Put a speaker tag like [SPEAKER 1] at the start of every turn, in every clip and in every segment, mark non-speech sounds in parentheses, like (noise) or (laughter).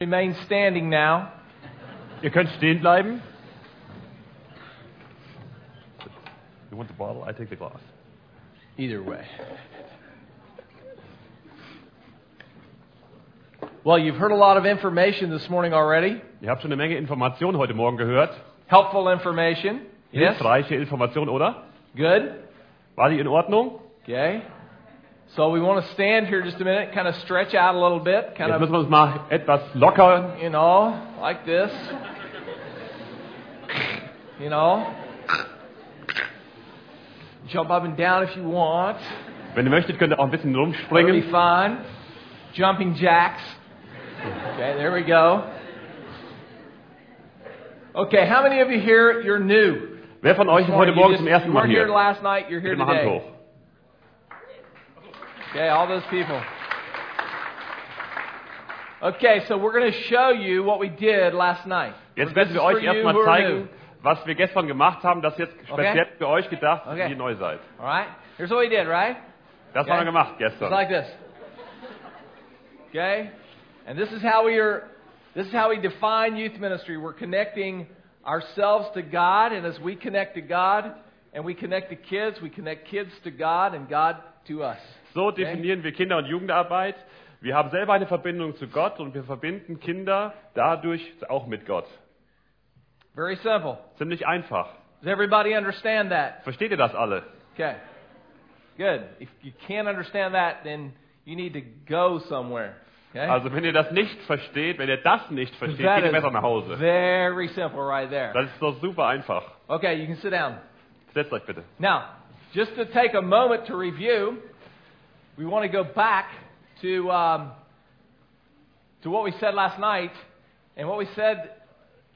[SPEAKER 1] Remain standing now.
[SPEAKER 2] Ihr könnt stehen bleiben. You want the bottle? I take the glass.
[SPEAKER 1] Either way. Well, you've heard a lot of information this morning already.
[SPEAKER 2] Ihr habt schon eine Menge Informationen heute Morgen gehört.
[SPEAKER 1] Helpful information. Yes?
[SPEAKER 2] Hilfreiche Informationen, oder?
[SPEAKER 1] Good?
[SPEAKER 2] War die in Ordnung?
[SPEAKER 1] Okay. So we want to stand here just a minute, kind of stretch out a little bit, kind
[SPEAKER 2] Jetzt
[SPEAKER 1] of,
[SPEAKER 2] müssen wir uns mal etwas lockern.
[SPEAKER 1] you know, like this. You know? Jump up and down if you want.
[SPEAKER 2] Wenn ihr möchtet, könnt ihr auch ein bisschen
[SPEAKER 1] That'll be
[SPEAKER 2] rumspringen.
[SPEAKER 1] fine. Jumping jacks. Okay, there we go. Okay, how many of you here, you're new?
[SPEAKER 2] Wer von euch ist heute
[SPEAKER 1] You
[SPEAKER 2] Morgen
[SPEAKER 1] just-
[SPEAKER 2] zum ersten
[SPEAKER 1] you
[SPEAKER 2] Mal
[SPEAKER 1] weren't here
[SPEAKER 2] hier?
[SPEAKER 1] last night, you're here
[SPEAKER 2] Bitte mal Hand
[SPEAKER 1] today.
[SPEAKER 2] hoch.
[SPEAKER 1] Okay, all those people. Okay, so we're going to show you what we did last night.
[SPEAKER 2] Jetzt
[SPEAKER 1] This
[SPEAKER 2] werden
[SPEAKER 1] is
[SPEAKER 2] wir
[SPEAKER 1] for
[SPEAKER 2] euch
[SPEAKER 1] you
[SPEAKER 2] erstmal
[SPEAKER 1] who are
[SPEAKER 2] zeigen,
[SPEAKER 1] new.
[SPEAKER 2] was wir gestern gemacht haben, das jetzt speziell für euch gedacht, ist,
[SPEAKER 1] Okay.
[SPEAKER 2] die ihr neu seid.
[SPEAKER 1] All right? Here's what we did, right?
[SPEAKER 2] Das
[SPEAKER 1] Okay.
[SPEAKER 2] haben wir gemacht
[SPEAKER 1] It's
[SPEAKER 2] gestern.
[SPEAKER 1] like this. Okay? And this is how we are this is how we define youth ministry. We're connecting ourselves to God, and as we connect to God and we connect to kids, we connect kids to God and God to us.
[SPEAKER 2] So definieren wir Kinder- und Jugendarbeit. Wir haben selber eine Verbindung zu Gott und wir verbinden Kinder dadurch auch mit Gott.
[SPEAKER 1] Very simple.
[SPEAKER 2] Ziemlich einfach.
[SPEAKER 1] Does everybody understand that?
[SPEAKER 2] Versteht ihr das alle?
[SPEAKER 1] Okay. Good. If you can't understand that, then you need to go somewhere. Okay?
[SPEAKER 2] Also wenn ihr das nicht versteht, wenn ihr das nicht versteht,
[SPEAKER 1] That
[SPEAKER 2] geht ihr
[SPEAKER 1] is
[SPEAKER 2] besser nach Hause.
[SPEAKER 1] very simple right there.
[SPEAKER 2] Das ist doch super einfach.
[SPEAKER 1] Okay, you can sit down.
[SPEAKER 2] Setzt euch bitte.
[SPEAKER 1] Now, just to take a moment to review, we want to go back to, um, to what we said last night. And what we said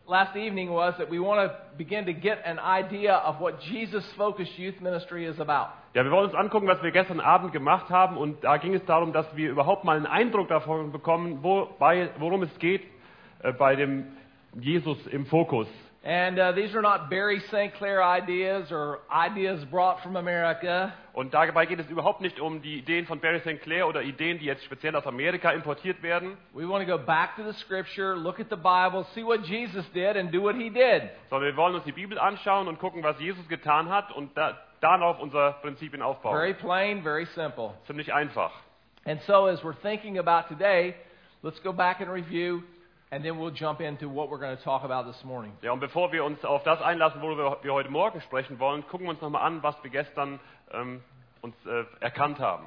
[SPEAKER 1] last evening was that we want to begin to get an idea of what Jesus focused youth ministry is about.
[SPEAKER 2] Ja, wir wollen uns angucken, was wir gestern Abend gemacht haben. Und da ging es darum, dass wir überhaupt mal einen Eindruck davon bekommen, wobei, worum es geht äh, bei dem Jesus im Fokus.
[SPEAKER 1] And uh, these are not Barry St. Clair ideas or ideas brought from America.
[SPEAKER 2] Und dabei geht es überhaupt nicht um die Ideen von Barry St. Clair oder Ideen, die jetzt speziell aus Amerika importiert werden,
[SPEAKER 1] We want to go back to the scripture, look at the Bible, see what Jesus did, and do what he did.
[SPEAKER 2] sondern wir wollen uns die Bibel anschauen und gucken, was Jesus getan hat und da, darauf unser Prinzipien aufbauen.
[SPEAKER 1] Very plain, very simple.
[SPEAKER 2] Ziemlich einfach.
[SPEAKER 1] And so, as we're thinking about today, let's go back and review, and then we'll jump into what we're going to talk about this morning.
[SPEAKER 2] Ja, und bevor wir uns auf das einlassen, worüber wir heute Morgen sprechen wollen, gucken wir uns nochmal an, was wir gestern ähm, uns äh, erkannt haben.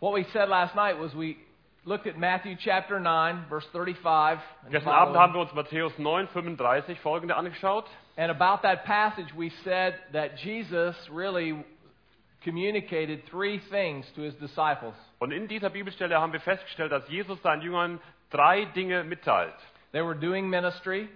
[SPEAKER 1] What we said last night was we looked at Matthew chapter 9, verse 35, and,
[SPEAKER 2] Gestern Abend haben
[SPEAKER 1] following.
[SPEAKER 2] wir uns Matthäus 9, 35 folgende angeschaut.
[SPEAKER 1] and about that passage, we said that Jesus really communicated three things to his disciples.
[SPEAKER 2] Und in dieser Bibelstelle haben wir festgestellt, dass Jesus seinen Jüngern drei Dinge mitteilt.
[SPEAKER 1] They were doing ministry.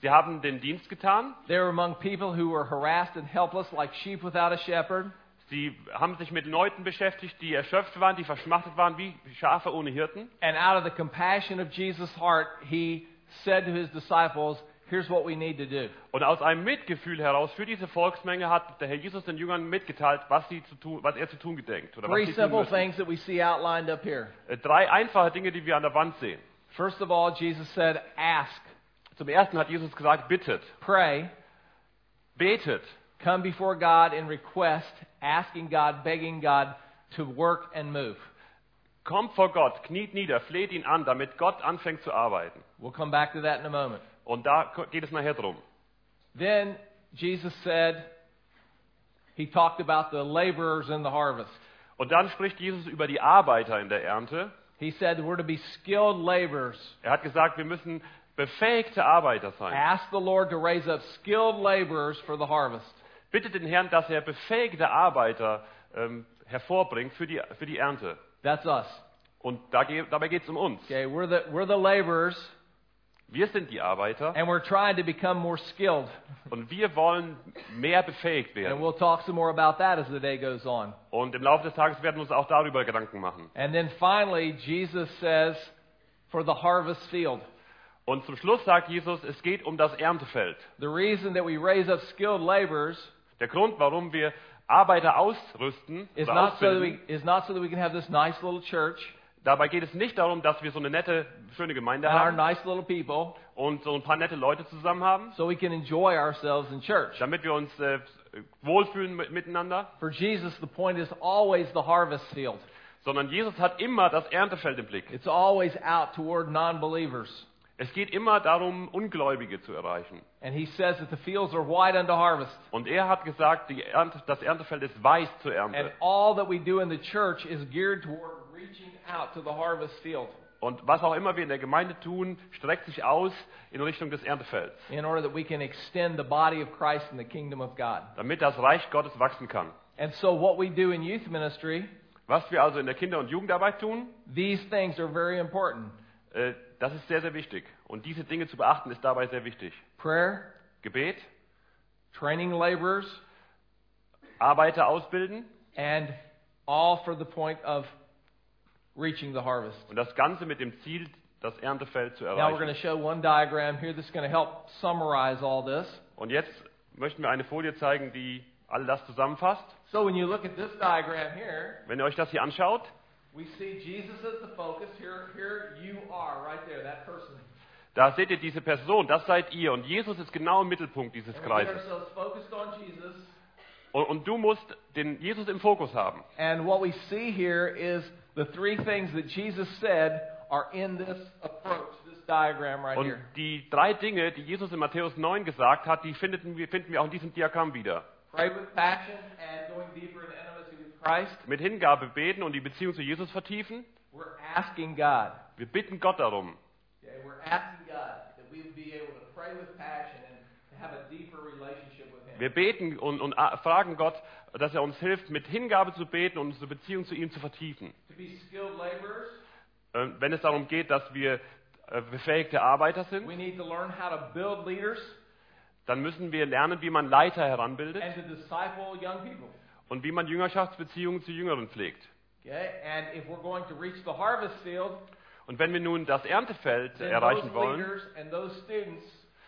[SPEAKER 2] Sie haben den Dienst getan,
[SPEAKER 1] They were among people who were harassed and helpless, like sheep without a shepherd.
[SPEAKER 2] sie haben sich mit Leuten beschäftigt, die erschöpft waren, die verschmachtet waren, wie Schafe ohne Hirten.
[SPEAKER 1] And out of the compassion of Jesus' heart, he said to his disciples, Here's what we need to do.
[SPEAKER 2] Und aus einem Mitgefühl heraus für diese Volksmenge hat der Herr Jesus den Jüngern mitgeteilt, was, sie zu tun, was er zu tun gedenkt. Oder was
[SPEAKER 1] Three
[SPEAKER 2] sie tun
[SPEAKER 1] simple
[SPEAKER 2] müssen.
[SPEAKER 1] things that we see outlined up here.
[SPEAKER 2] Äh, Drei einfache Dinge, die wir an der Wand sehen.
[SPEAKER 1] First of all, Jesus said, Ask,
[SPEAKER 2] Zum Ersten hat Jesus gesagt, bittet,
[SPEAKER 1] pray,
[SPEAKER 2] betet.
[SPEAKER 1] come before God in request, asking God, begging God to work and move.
[SPEAKER 2] Kommt vor Gott, kniet nieder, fleht ihn an, damit Gott anfängt zu arbeiten.
[SPEAKER 1] We'll come back to that in a moment.
[SPEAKER 2] Und da ko- geht es nachher drum.
[SPEAKER 1] Then Jesus said, He talked about the laborers in the harvest.
[SPEAKER 2] Und dann spricht Jesus über die Arbeiter in der Ernte.
[SPEAKER 1] He said, We're to be skilled laborers.
[SPEAKER 2] Er hat gesagt, wir müssen befähigte Arbeiter sein.
[SPEAKER 1] Ask the Lord to raise up skilled laborers for the harvest.
[SPEAKER 2] Bittet den Herrn, dass er befähigte Arbeiter ähm, hervorbringt für die, für die Ernte.
[SPEAKER 1] That's us.
[SPEAKER 2] Und da ge dabei geht es um uns.
[SPEAKER 1] Okay, we're the, we're the laborers,
[SPEAKER 2] Wir sind die Arbeiter
[SPEAKER 1] and we're trying to become more skilled.
[SPEAKER 2] und wir wollen mehr befähigt
[SPEAKER 1] And
[SPEAKER 2] werden.
[SPEAKER 1] we'll talk some more about that as the day goes on.
[SPEAKER 2] Und im Laufe des Tages werden wir uns auch darüber Gedanken machen.
[SPEAKER 1] And then finally, Jesus says, for the harvest field.
[SPEAKER 2] Und zum Schluss sagt Jesus, es geht um das Erntefeld.
[SPEAKER 1] The reason that we raise up skilled laborers
[SPEAKER 2] Der Grund, warum wir Arbeiter ausrüsten,
[SPEAKER 1] is
[SPEAKER 2] oder
[SPEAKER 1] not, so that
[SPEAKER 2] ausbilden,
[SPEAKER 1] we, is not so that we can have this nice little church.
[SPEAKER 2] Dabei geht es nicht darum, dass wir so eine nette, schöne Gemeinde
[SPEAKER 1] and our
[SPEAKER 2] haben
[SPEAKER 1] nice little people
[SPEAKER 2] und so ein paar nette Leute zusammen haben,
[SPEAKER 1] so we can enjoy ourselves in church.
[SPEAKER 2] damit wir uns äh, wohlfühlen mit- miteinander,
[SPEAKER 1] For Jesus, the point is always the harvest field.
[SPEAKER 2] sondern Jesus hat immer das Erntefeld im Blick.
[SPEAKER 1] It's always out toward non-believers.
[SPEAKER 2] Es geht immer darum, Ungläubige zu erreichen.
[SPEAKER 1] And he says that the fields are wide unto harvest.
[SPEAKER 2] Und er hat gesagt, die Ernte, das Erntefeld ist weiß zur
[SPEAKER 1] And
[SPEAKER 2] Ernte.
[SPEAKER 1] all that we do in the church is geared toward reaching out to the harvest field
[SPEAKER 2] Und was auch immer wir in der Gemeinde tun, streckt sich aus in Richtung des Erntefelds,
[SPEAKER 1] in order that we can extend the body of Christ and the kingdom of God.
[SPEAKER 2] damit das Reich Gottes wachsen kann.
[SPEAKER 1] And so, what we do in youth ministry,
[SPEAKER 2] Was wir also in der Kinder- und Jugendarbeit tun,
[SPEAKER 1] these things are very important
[SPEAKER 2] äh, das ist sehr, sehr wichtig. Und diese Dinge zu beachten ist dabei sehr wichtig.
[SPEAKER 1] prayer,
[SPEAKER 2] Gebet,
[SPEAKER 1] training laborers,
[SPEAKER 2] Arbeiter ausbilden
[SPEAKER 1] and all for the point of reaching the harvest.
[SPEAKER 2] und das Ganze mit dem Ziel, das Erntefeld zu
[SPEAKER 1] Now, we're going
[SPEAKER 2] erreichen.
[SPEAKER 1] to show one diagram here that's going to help summarize all this.
[SPEAKER 2] Und jetzt möchten wir eine Folie zeigen, die all das zusammenfasst.
[SPEAKER 1] So, when you look at this diagram here,
[SPEAKER 2] Wenn ihr euch das hier anschaut,
[SPEAKER 1] We see Jesus as the focus. Here, here you are, right there, that person.
[SPEAKER 2] da seht ihr diese Person, das seid ihr. Und Jesus ist genau im Mittelpunkt dieses
[SPEAKER 1] And we get
[SPEAKER 2] Kreises.
[SPEAKER 1] ourselves focused on Jesus.
[SPEAKER 2] Und, und du musst den Jesus im Fokus haben.
[SPEAKER 1] And what we see here is the three things that Jesus said are in this approach, this diagram right
[SPEAKER 2] Und
[SPEAKER 1] here.
[SPEAKER 2] die drei Dinge, die Jesus in Matthäus 9 gesagt hat, die finden wir, finden wir auch in diesem Diagramm wieder.
[SPEAKER 1] Pray with passion and going deeper in intimacy with Christ.
[SPEAKER 2] Mit Hingabe beten und die Beziehung zu Jesus vertiefen.
[SPEAKER 1] We're asking God.
[SPEAKER 2] Wir bitten Gott darum,
[SPEAKER 1] Okay, we're asking God that we would be able to pray with passion and to have a deeper relationship with Him.
[SPEAKER 2] Wir beten und, und a- fragen Gott, dass er uns hilft, mit Hingabe zu beten und unsere Beziehung zu ihm zu vertiefen.
[SPEAKER 1] To be skilled laborers,
[SPEAKER 2] Ähm, Wenn es darum geht, dass wir äh, befähigte Arbeiter sind,
[SPEAKER 1] we need to learn how to build leaders
[SPEAKER 2] dann müssen wir lernen, wie man Leiter heranbildet
[SPEAKER 1] and to disciple young people.
[SPEAKER 2] und wie man Jüngerschaftsbeziehungen zu Jüngeren pflegt.
[SPEAKER 1] Okay, and if we're going to reach the harvest field,
[SPEAKER 2] Und wenn wir nun das Erntefeld
[SPEAKER 1] then
[SPEAKER 2] erreichen
[SPEAKER 1] those
[SPEAKER 2] wollen,
[SPEAKER 1] leaders and those students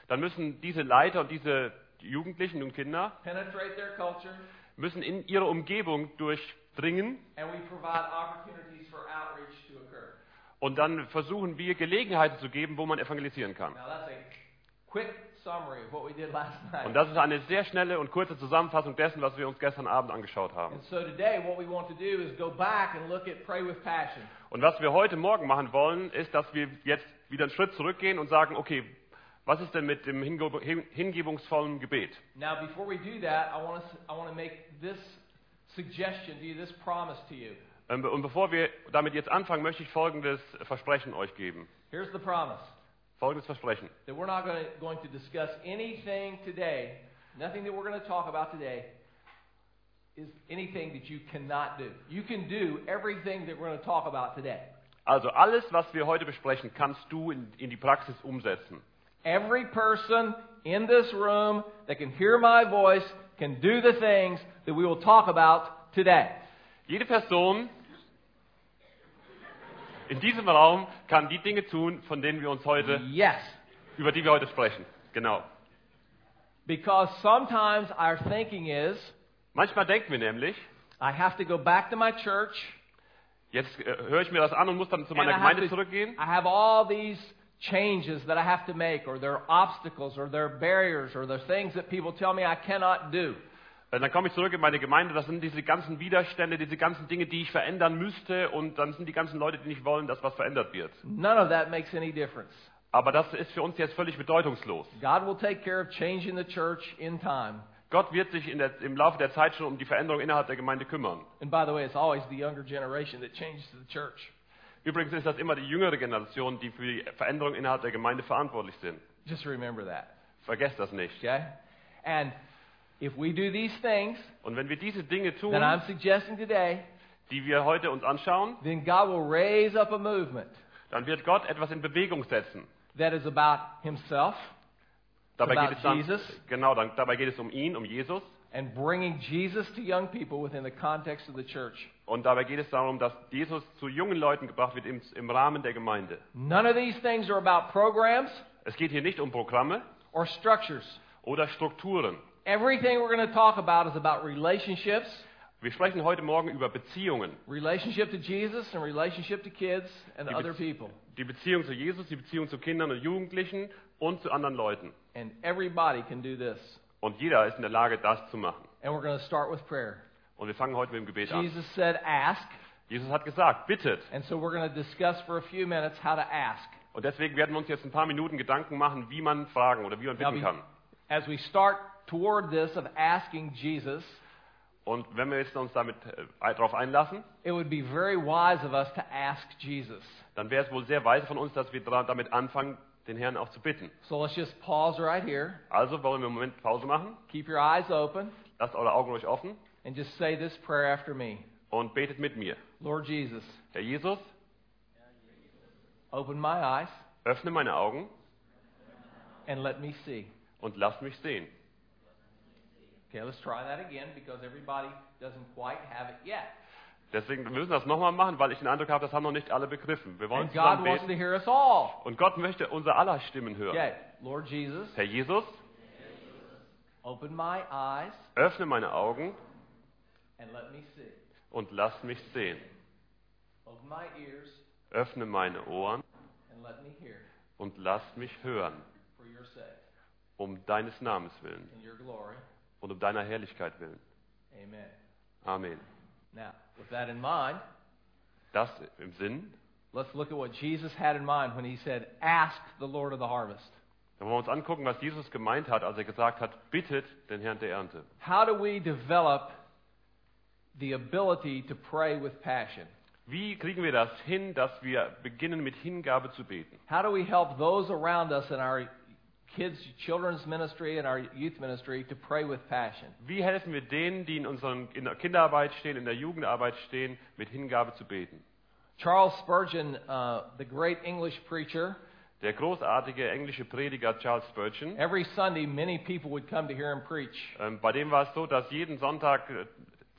[SPEAKER 2] dann müssen diese Leiter und diese Jugendlichen und Kinder
[SPEAKER 1] penetrate their culture,
[SPEAKER 2] müssen in ihre Umgebung durchdringen
[SPEAKER 1] and we provide opportunities for outreach to occur.
[SPEAKER 2] und dann versuchen wir Gelegenheiten zu geben, wo man evangelisieren kann.
[SPEAKER 1] Now that's a quick summary of what we did last night.
[SPEAKER 2] Und das ist eine sehr schnelle und kurze Zusammenfassung dessen, was wir uns gestern Abend angeschaut haben.
[SPEAKER 1] and so today, what we want to do is go back and look at pray with passion.
[SPEAKER 2] Und was wir heute Morgen machen wollen, ist, dass wir jetzt wieder einen Schritt zurückgehen und sagen, okay, was ist denn mit dem hinge- hin- hingebungsvollen Gebet?
[SPEAKER 1] Now, before we do that, I want to I want to make this suggestion to you, this promise to you.
[SPEAKER 2] Ähm, be- Und bevor wir damit jetzt anfangen, möchte ich folgendes Versprechen euch geben.
[SPEAKER 1] Here's the promise.
[SPEAKER 2] Folgendes Versprechen.
[SPEAKER 1] that we're not going to, going to discuss anything today, nothing that we're going to talk about today is anything that you cannot do. You can do everything that we're going to talk about today.
[SPEAKER 2] Also alles, was wir heute besprechen, kannst du in, in die Praxis umsetzen.
[SPEAKER 1] Every person in this room that can hear my voice can do the things that we will talk about today.
[SPEAKER 2] Jede Person in diesem Raum kann die Dinge tun, von denen wir uns heute,
[SPEAKER 1] Yes.
[SPEAKER 2] über die wir heute sprechen. Genau.
[SPEAKER 1] Because sometimes our thinking is,
[SPEAKER 2] Manchmal denken wir nämlich,
[SPEAKER 1] I have to go back to my church.
[SPEAKER 2] jetzt äh, höre ich mir das an und muss dann zu
[SPEAKER 1] and
[SPEAKER 2] meiner
[SPEAKER 1] I have
[SPEAKER 2] Gemeinde
[SPEAKER 1] to-
[SPEAKER 2] zurückgehen.
[SPEAKER 1] I have all these changes that I have to make, or there are obstacles, or there are barriers, or there are things that people tell me I cannot do.
[SPEAKER 2] Äh, Dann komme ich zurück in meine Gemeinde, das sind diese ganzen Widerstände, diese ganzen Dinge, die ich verändern müsste und dann sind die ganzen Leute, die nicht wollen, dass was verändert wird.
[SPEAKER 1] None of that makes any difference.
[SPEAKER 2] Aber das ist für uns jetzt völlig bedeutungslos.
[SPEAKER 1] God will take care of changing the church in time.
[SPEAKER 2] Gott wird sich in der, im Laufe der Zeit schon um die Veränderung innerhalb der Gemeinde kümmern.
[SPEAKER 1] And by the way, it's always the younger generation that changes the church.
[SPEAKER 2] Übrigens ist das immer die jüngere Generation, die für die Veränderung innerhalb der Gemeinde verantwortlich sind.
[SPEAKER 1] Just remember that,
[SPEAKER 2] Vergesst das nicht.
[SPEAKER 1] okay? And if we do these things
[SPEAKER 2] Und wenn wir diese Dinge
[SPEAKER 1] that I'm
[SPEAKER 2] tun,
[SPEAKER 1] suggesting today,
[SPEAKER 2] die wir heute uns anschauen,
[SPEAKER 1] then God will raise up a movement
[SPEAKER 2] dann wird Gott etwas in Bewegung setzen.
[SPEAKER 1] that is about Himself
[SPEAKER 2] Dabei
[SPEAKER 1] About
[SPEAKER 2] geht es dann,
[SPEAKER 1] Jesus?
[SPEAKER 2] genau, dann, dabei geht es um ihn, um Jesus.
[SPEAKER 1] and bringing Jesus to young people within the context of the church.
[SPEAKER 2] Und dabei geht es darum, dass Jesus zu jungen Leuten gebracht wird im, im Rahmen der Gemeinde.
[SPEAKER 1] None of these things are about programs
[SPEAKER 2] Es geht hier nicht um Programme
[SPEAKER 1] or structures.
[SPEAKER 2] oder Strukturen.
[SPEAKER 1] Everything we're going to talk about is about relationships
[SPEAKER 2] Wir sprechen heute Morgen über Beziehungen.
[SPEAKER 1] relationship to Jesus and relationship to kids and
[SPEAKER 2] Die
[SPEAKER 1] other
[SPEAKER 2] Bezie-
[SPEAKER 1] people.
[SPEAKER 2] Die Beziehung zu Jesus, die Beziehung zu Kindern und Jugendlichen und zu anderen Leuten.
[SPEAKER 1] And everybody can do this.
[SPEAKER 2] Und jeder ist in der Lage, das zu machen.
[SPEAKER 1] And we're going to start with prayer.
[SPEAKER 2] Und wir fangen heute mit dem Gebet an.
[SPEAKER 1] Jesus said, ask.
[SPEAKER 2] Jesus hat gesagt, bittet.
[SPEAKER 1] And so we're going to discuss for a few minutes how to ask.
[SPEAKER 2] Und deswegen werden wir uns jetzt ein paar Minuten Gedanken machen, wie man fragen oder wie man
[SPEAKER 1] Now, be-
[SPEAKER 2] bitten kann.
[SPEAKER 1] as we start toward this of asking Jesus,
[SPEAKER 2] Und wenn wir jetzt uns damit äh, darauf einlassen,
[SPEAKER 1] it would be very wise of us to ask Jesus.
[SPEAKER 2] dann wäre es wohl sehr weise von uns, dass wir dra- damit anfangen, den Herrn auch zu bitten.
[SPEAKER 1] So let's just pause right here.
[SPEAKER 2] Also wollen wir im Moment Pause machen.
[SPEAKER 1] Keep your eyes open
[SPEAKER 2] Lasst eure Augen ruhig offen
[SPEAKER 1] and just say this prayer after me.
[SPEAKER 2] und betet mit mir.
[SPEAKER 1] Lord Jesus,
[SPEAKER 2] Herr Jesus,
[SPEAKER 1] open my eyes
[SPEAKER 2] öffne meine Augen
[SPEAKER 1] and let me see.
[SPEAKER 2] und lass mich sehen.
[SPEAKER 1] Okay, let's try that again because everybody doesn't quite have it yet.
[SPEAKER 2] Deswegen wir müssen wir das nochmal machen, weil ich den Eindruck habe, das haben noch nicht alle begriffen. Wir wollen
[SPEAKER 1] And God
[SPEAKER 2] zusammen
[SPEAKER 1] wants to
[SPEAKER 2] beten.
[SPEAKER 1] hear us all.
[SPEAKER 2] Und Gott möchte unser aller Stimmen hören.
[SPEAKER 1] Okay, Lord Jesus,
[SPEAKER 2] Herr Jesus,
[SPEAKER 1] open my eyes
[SPEAKER 2] öffne meine Augen
[SPEAKER 1] and let me see.
[SPEAKER 2] und lass mich sehen.
[SPEAKER 1] Open my ears
[SPEAKER 2] Öffne meine Ohren
[SPEAKER 1] and let me hear
[SPEAKER 2] und lass mich hören,
[SPEAKER 1] for your sake
[SPEAKER 2] um deines Namens willen
[SPEAKER 1] and your glory.
[SPEAKER 2] und um deiner Herrlichkeit willen.
[SPEAKER 1] Amen.
[SPEAKER 2] Amen.
[SPEAKER 1] Now, with that in mind,
[SPEAKER 2] Das im Sinn.
[SPEAKER 1] let's look at what Jesus had in mind when he said, Ask the Lord of the harvest.
[SPEAKER 2] Dann wollen wir uns angucken, was Jesus gemeint hat, als er gesagt hat, bittet den Herrn der Ernte.
[SPEAKER 1] How do we develop the ability to pray with passion?
[SPEAKER 2] Wie kriegen wir das hin, dass wir beginnen mit Hingabe zu beten?
[SPEAKER 1] How do we help those around us in our kids, children's ministry and our youth ministry to pray with passion?
[SPEAKER 2] Wie helfen wir denen, die in, unseren, in der Kinderarbeit stehen, in der Jugendarbeit stehen, mit Hingabe zu beten?
[SPEAKER 1] Charles Spurgeon, uh, the great English preacher,
[SPEAKER 2] Der großartige englische Prediger Charles Spurgeon,
[SPEAKER 1] every Sunday many people would come to hear him preach.
[SPEAKER 2] ähm, bei dem war es so, dass jeden Sonntag äh,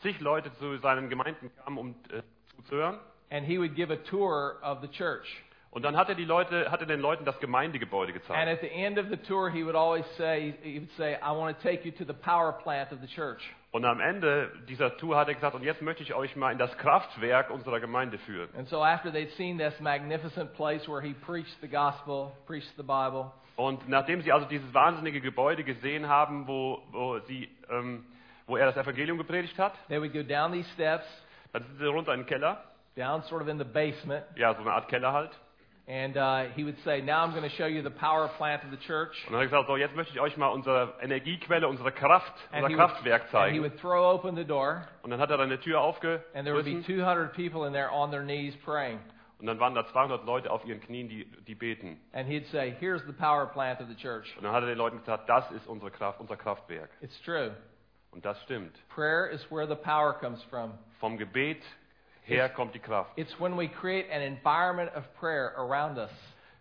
[SPEAKER 2] zig Leute zu seinen Gemeinden kamen, um äh, zuzuhören.
[SPEAKER 1] And he would give a tour of the church.
[SPEAKER 2] Und dann hat er, die Leute, hat er den Leuten das Gemeindegebäude
[SPEAKER 1] And
[SPEAKER 2] gezeigt.
[SPEAKER 1] at the end of the tour, he would always say, he would say, I want to take you to the power plant of the church.
[SPEAKER 2] Und am Ende dieser Tour hat er gesagt, und jetzt möchte ich euch mal in das Kraftwerk unserer Gemeinde führen.
[SPEAKER 1] And so after they'd seen this magnificent place where he preached the gospel, preached the Bible,
[SPEAKER 2] Und nachdem sie also dieses wahnsinnige Gebäude gesehen haben, wo, wo, sie, ähm, wo er das Evangelium gepredigt hat,
[SPEAKER 1] they would go down these steps,
[SPEAKER 2] dann sind sie runter in den Keller,
[SPEAKER 1] down sort of in the basement,
[SPEAKER 2] ja, so eine Art Keller halt.
[SPEAKER 1] and uh, he would say, Now I'm going to show you the power plant of the church.
[SPEAKER 2] Und dann hat er gesagt, so jetzt möchte ich euch mal unsere Energiequelle, unsere Kraft,
[SPEAKER 1] And
[SPEAKER 2] unser
[SPEAKER 1] he, would,
[SPEAKER 2] Kraftwerk
[SPEAKER 1] and he
[SPEAKER 2] zeigen.
[SPEAKER 1] would throw open the door,
[SPEAKER 2] Und dann hat er dann eine Tür
[SPEAKER 1] and there would be
[SPEAKER 2] aufgerissen
[SPEAKER 1] 200 people in there on their knees praying.
[SPEAKER 2] und dann waren da 200 Leute auf ihren Knien, die, die beten.
[SPEAKER 1] And he'd say, Here's the power plant of the church.
[SPEAKER 2] Und dann hat er den Leuten gesagt, das ist unsere Kraft, unser Kraftwerk.
[SPEAKER 1] It's true.
[SPEAKER 2] Und das stimmt.
[SPEAKER 1] Prayer is where the power comes from.
[SPEAKER 2] Vom Gebet her kommt die Kraft.
[SPEAKER 1] It's when we create an environment of prayer around us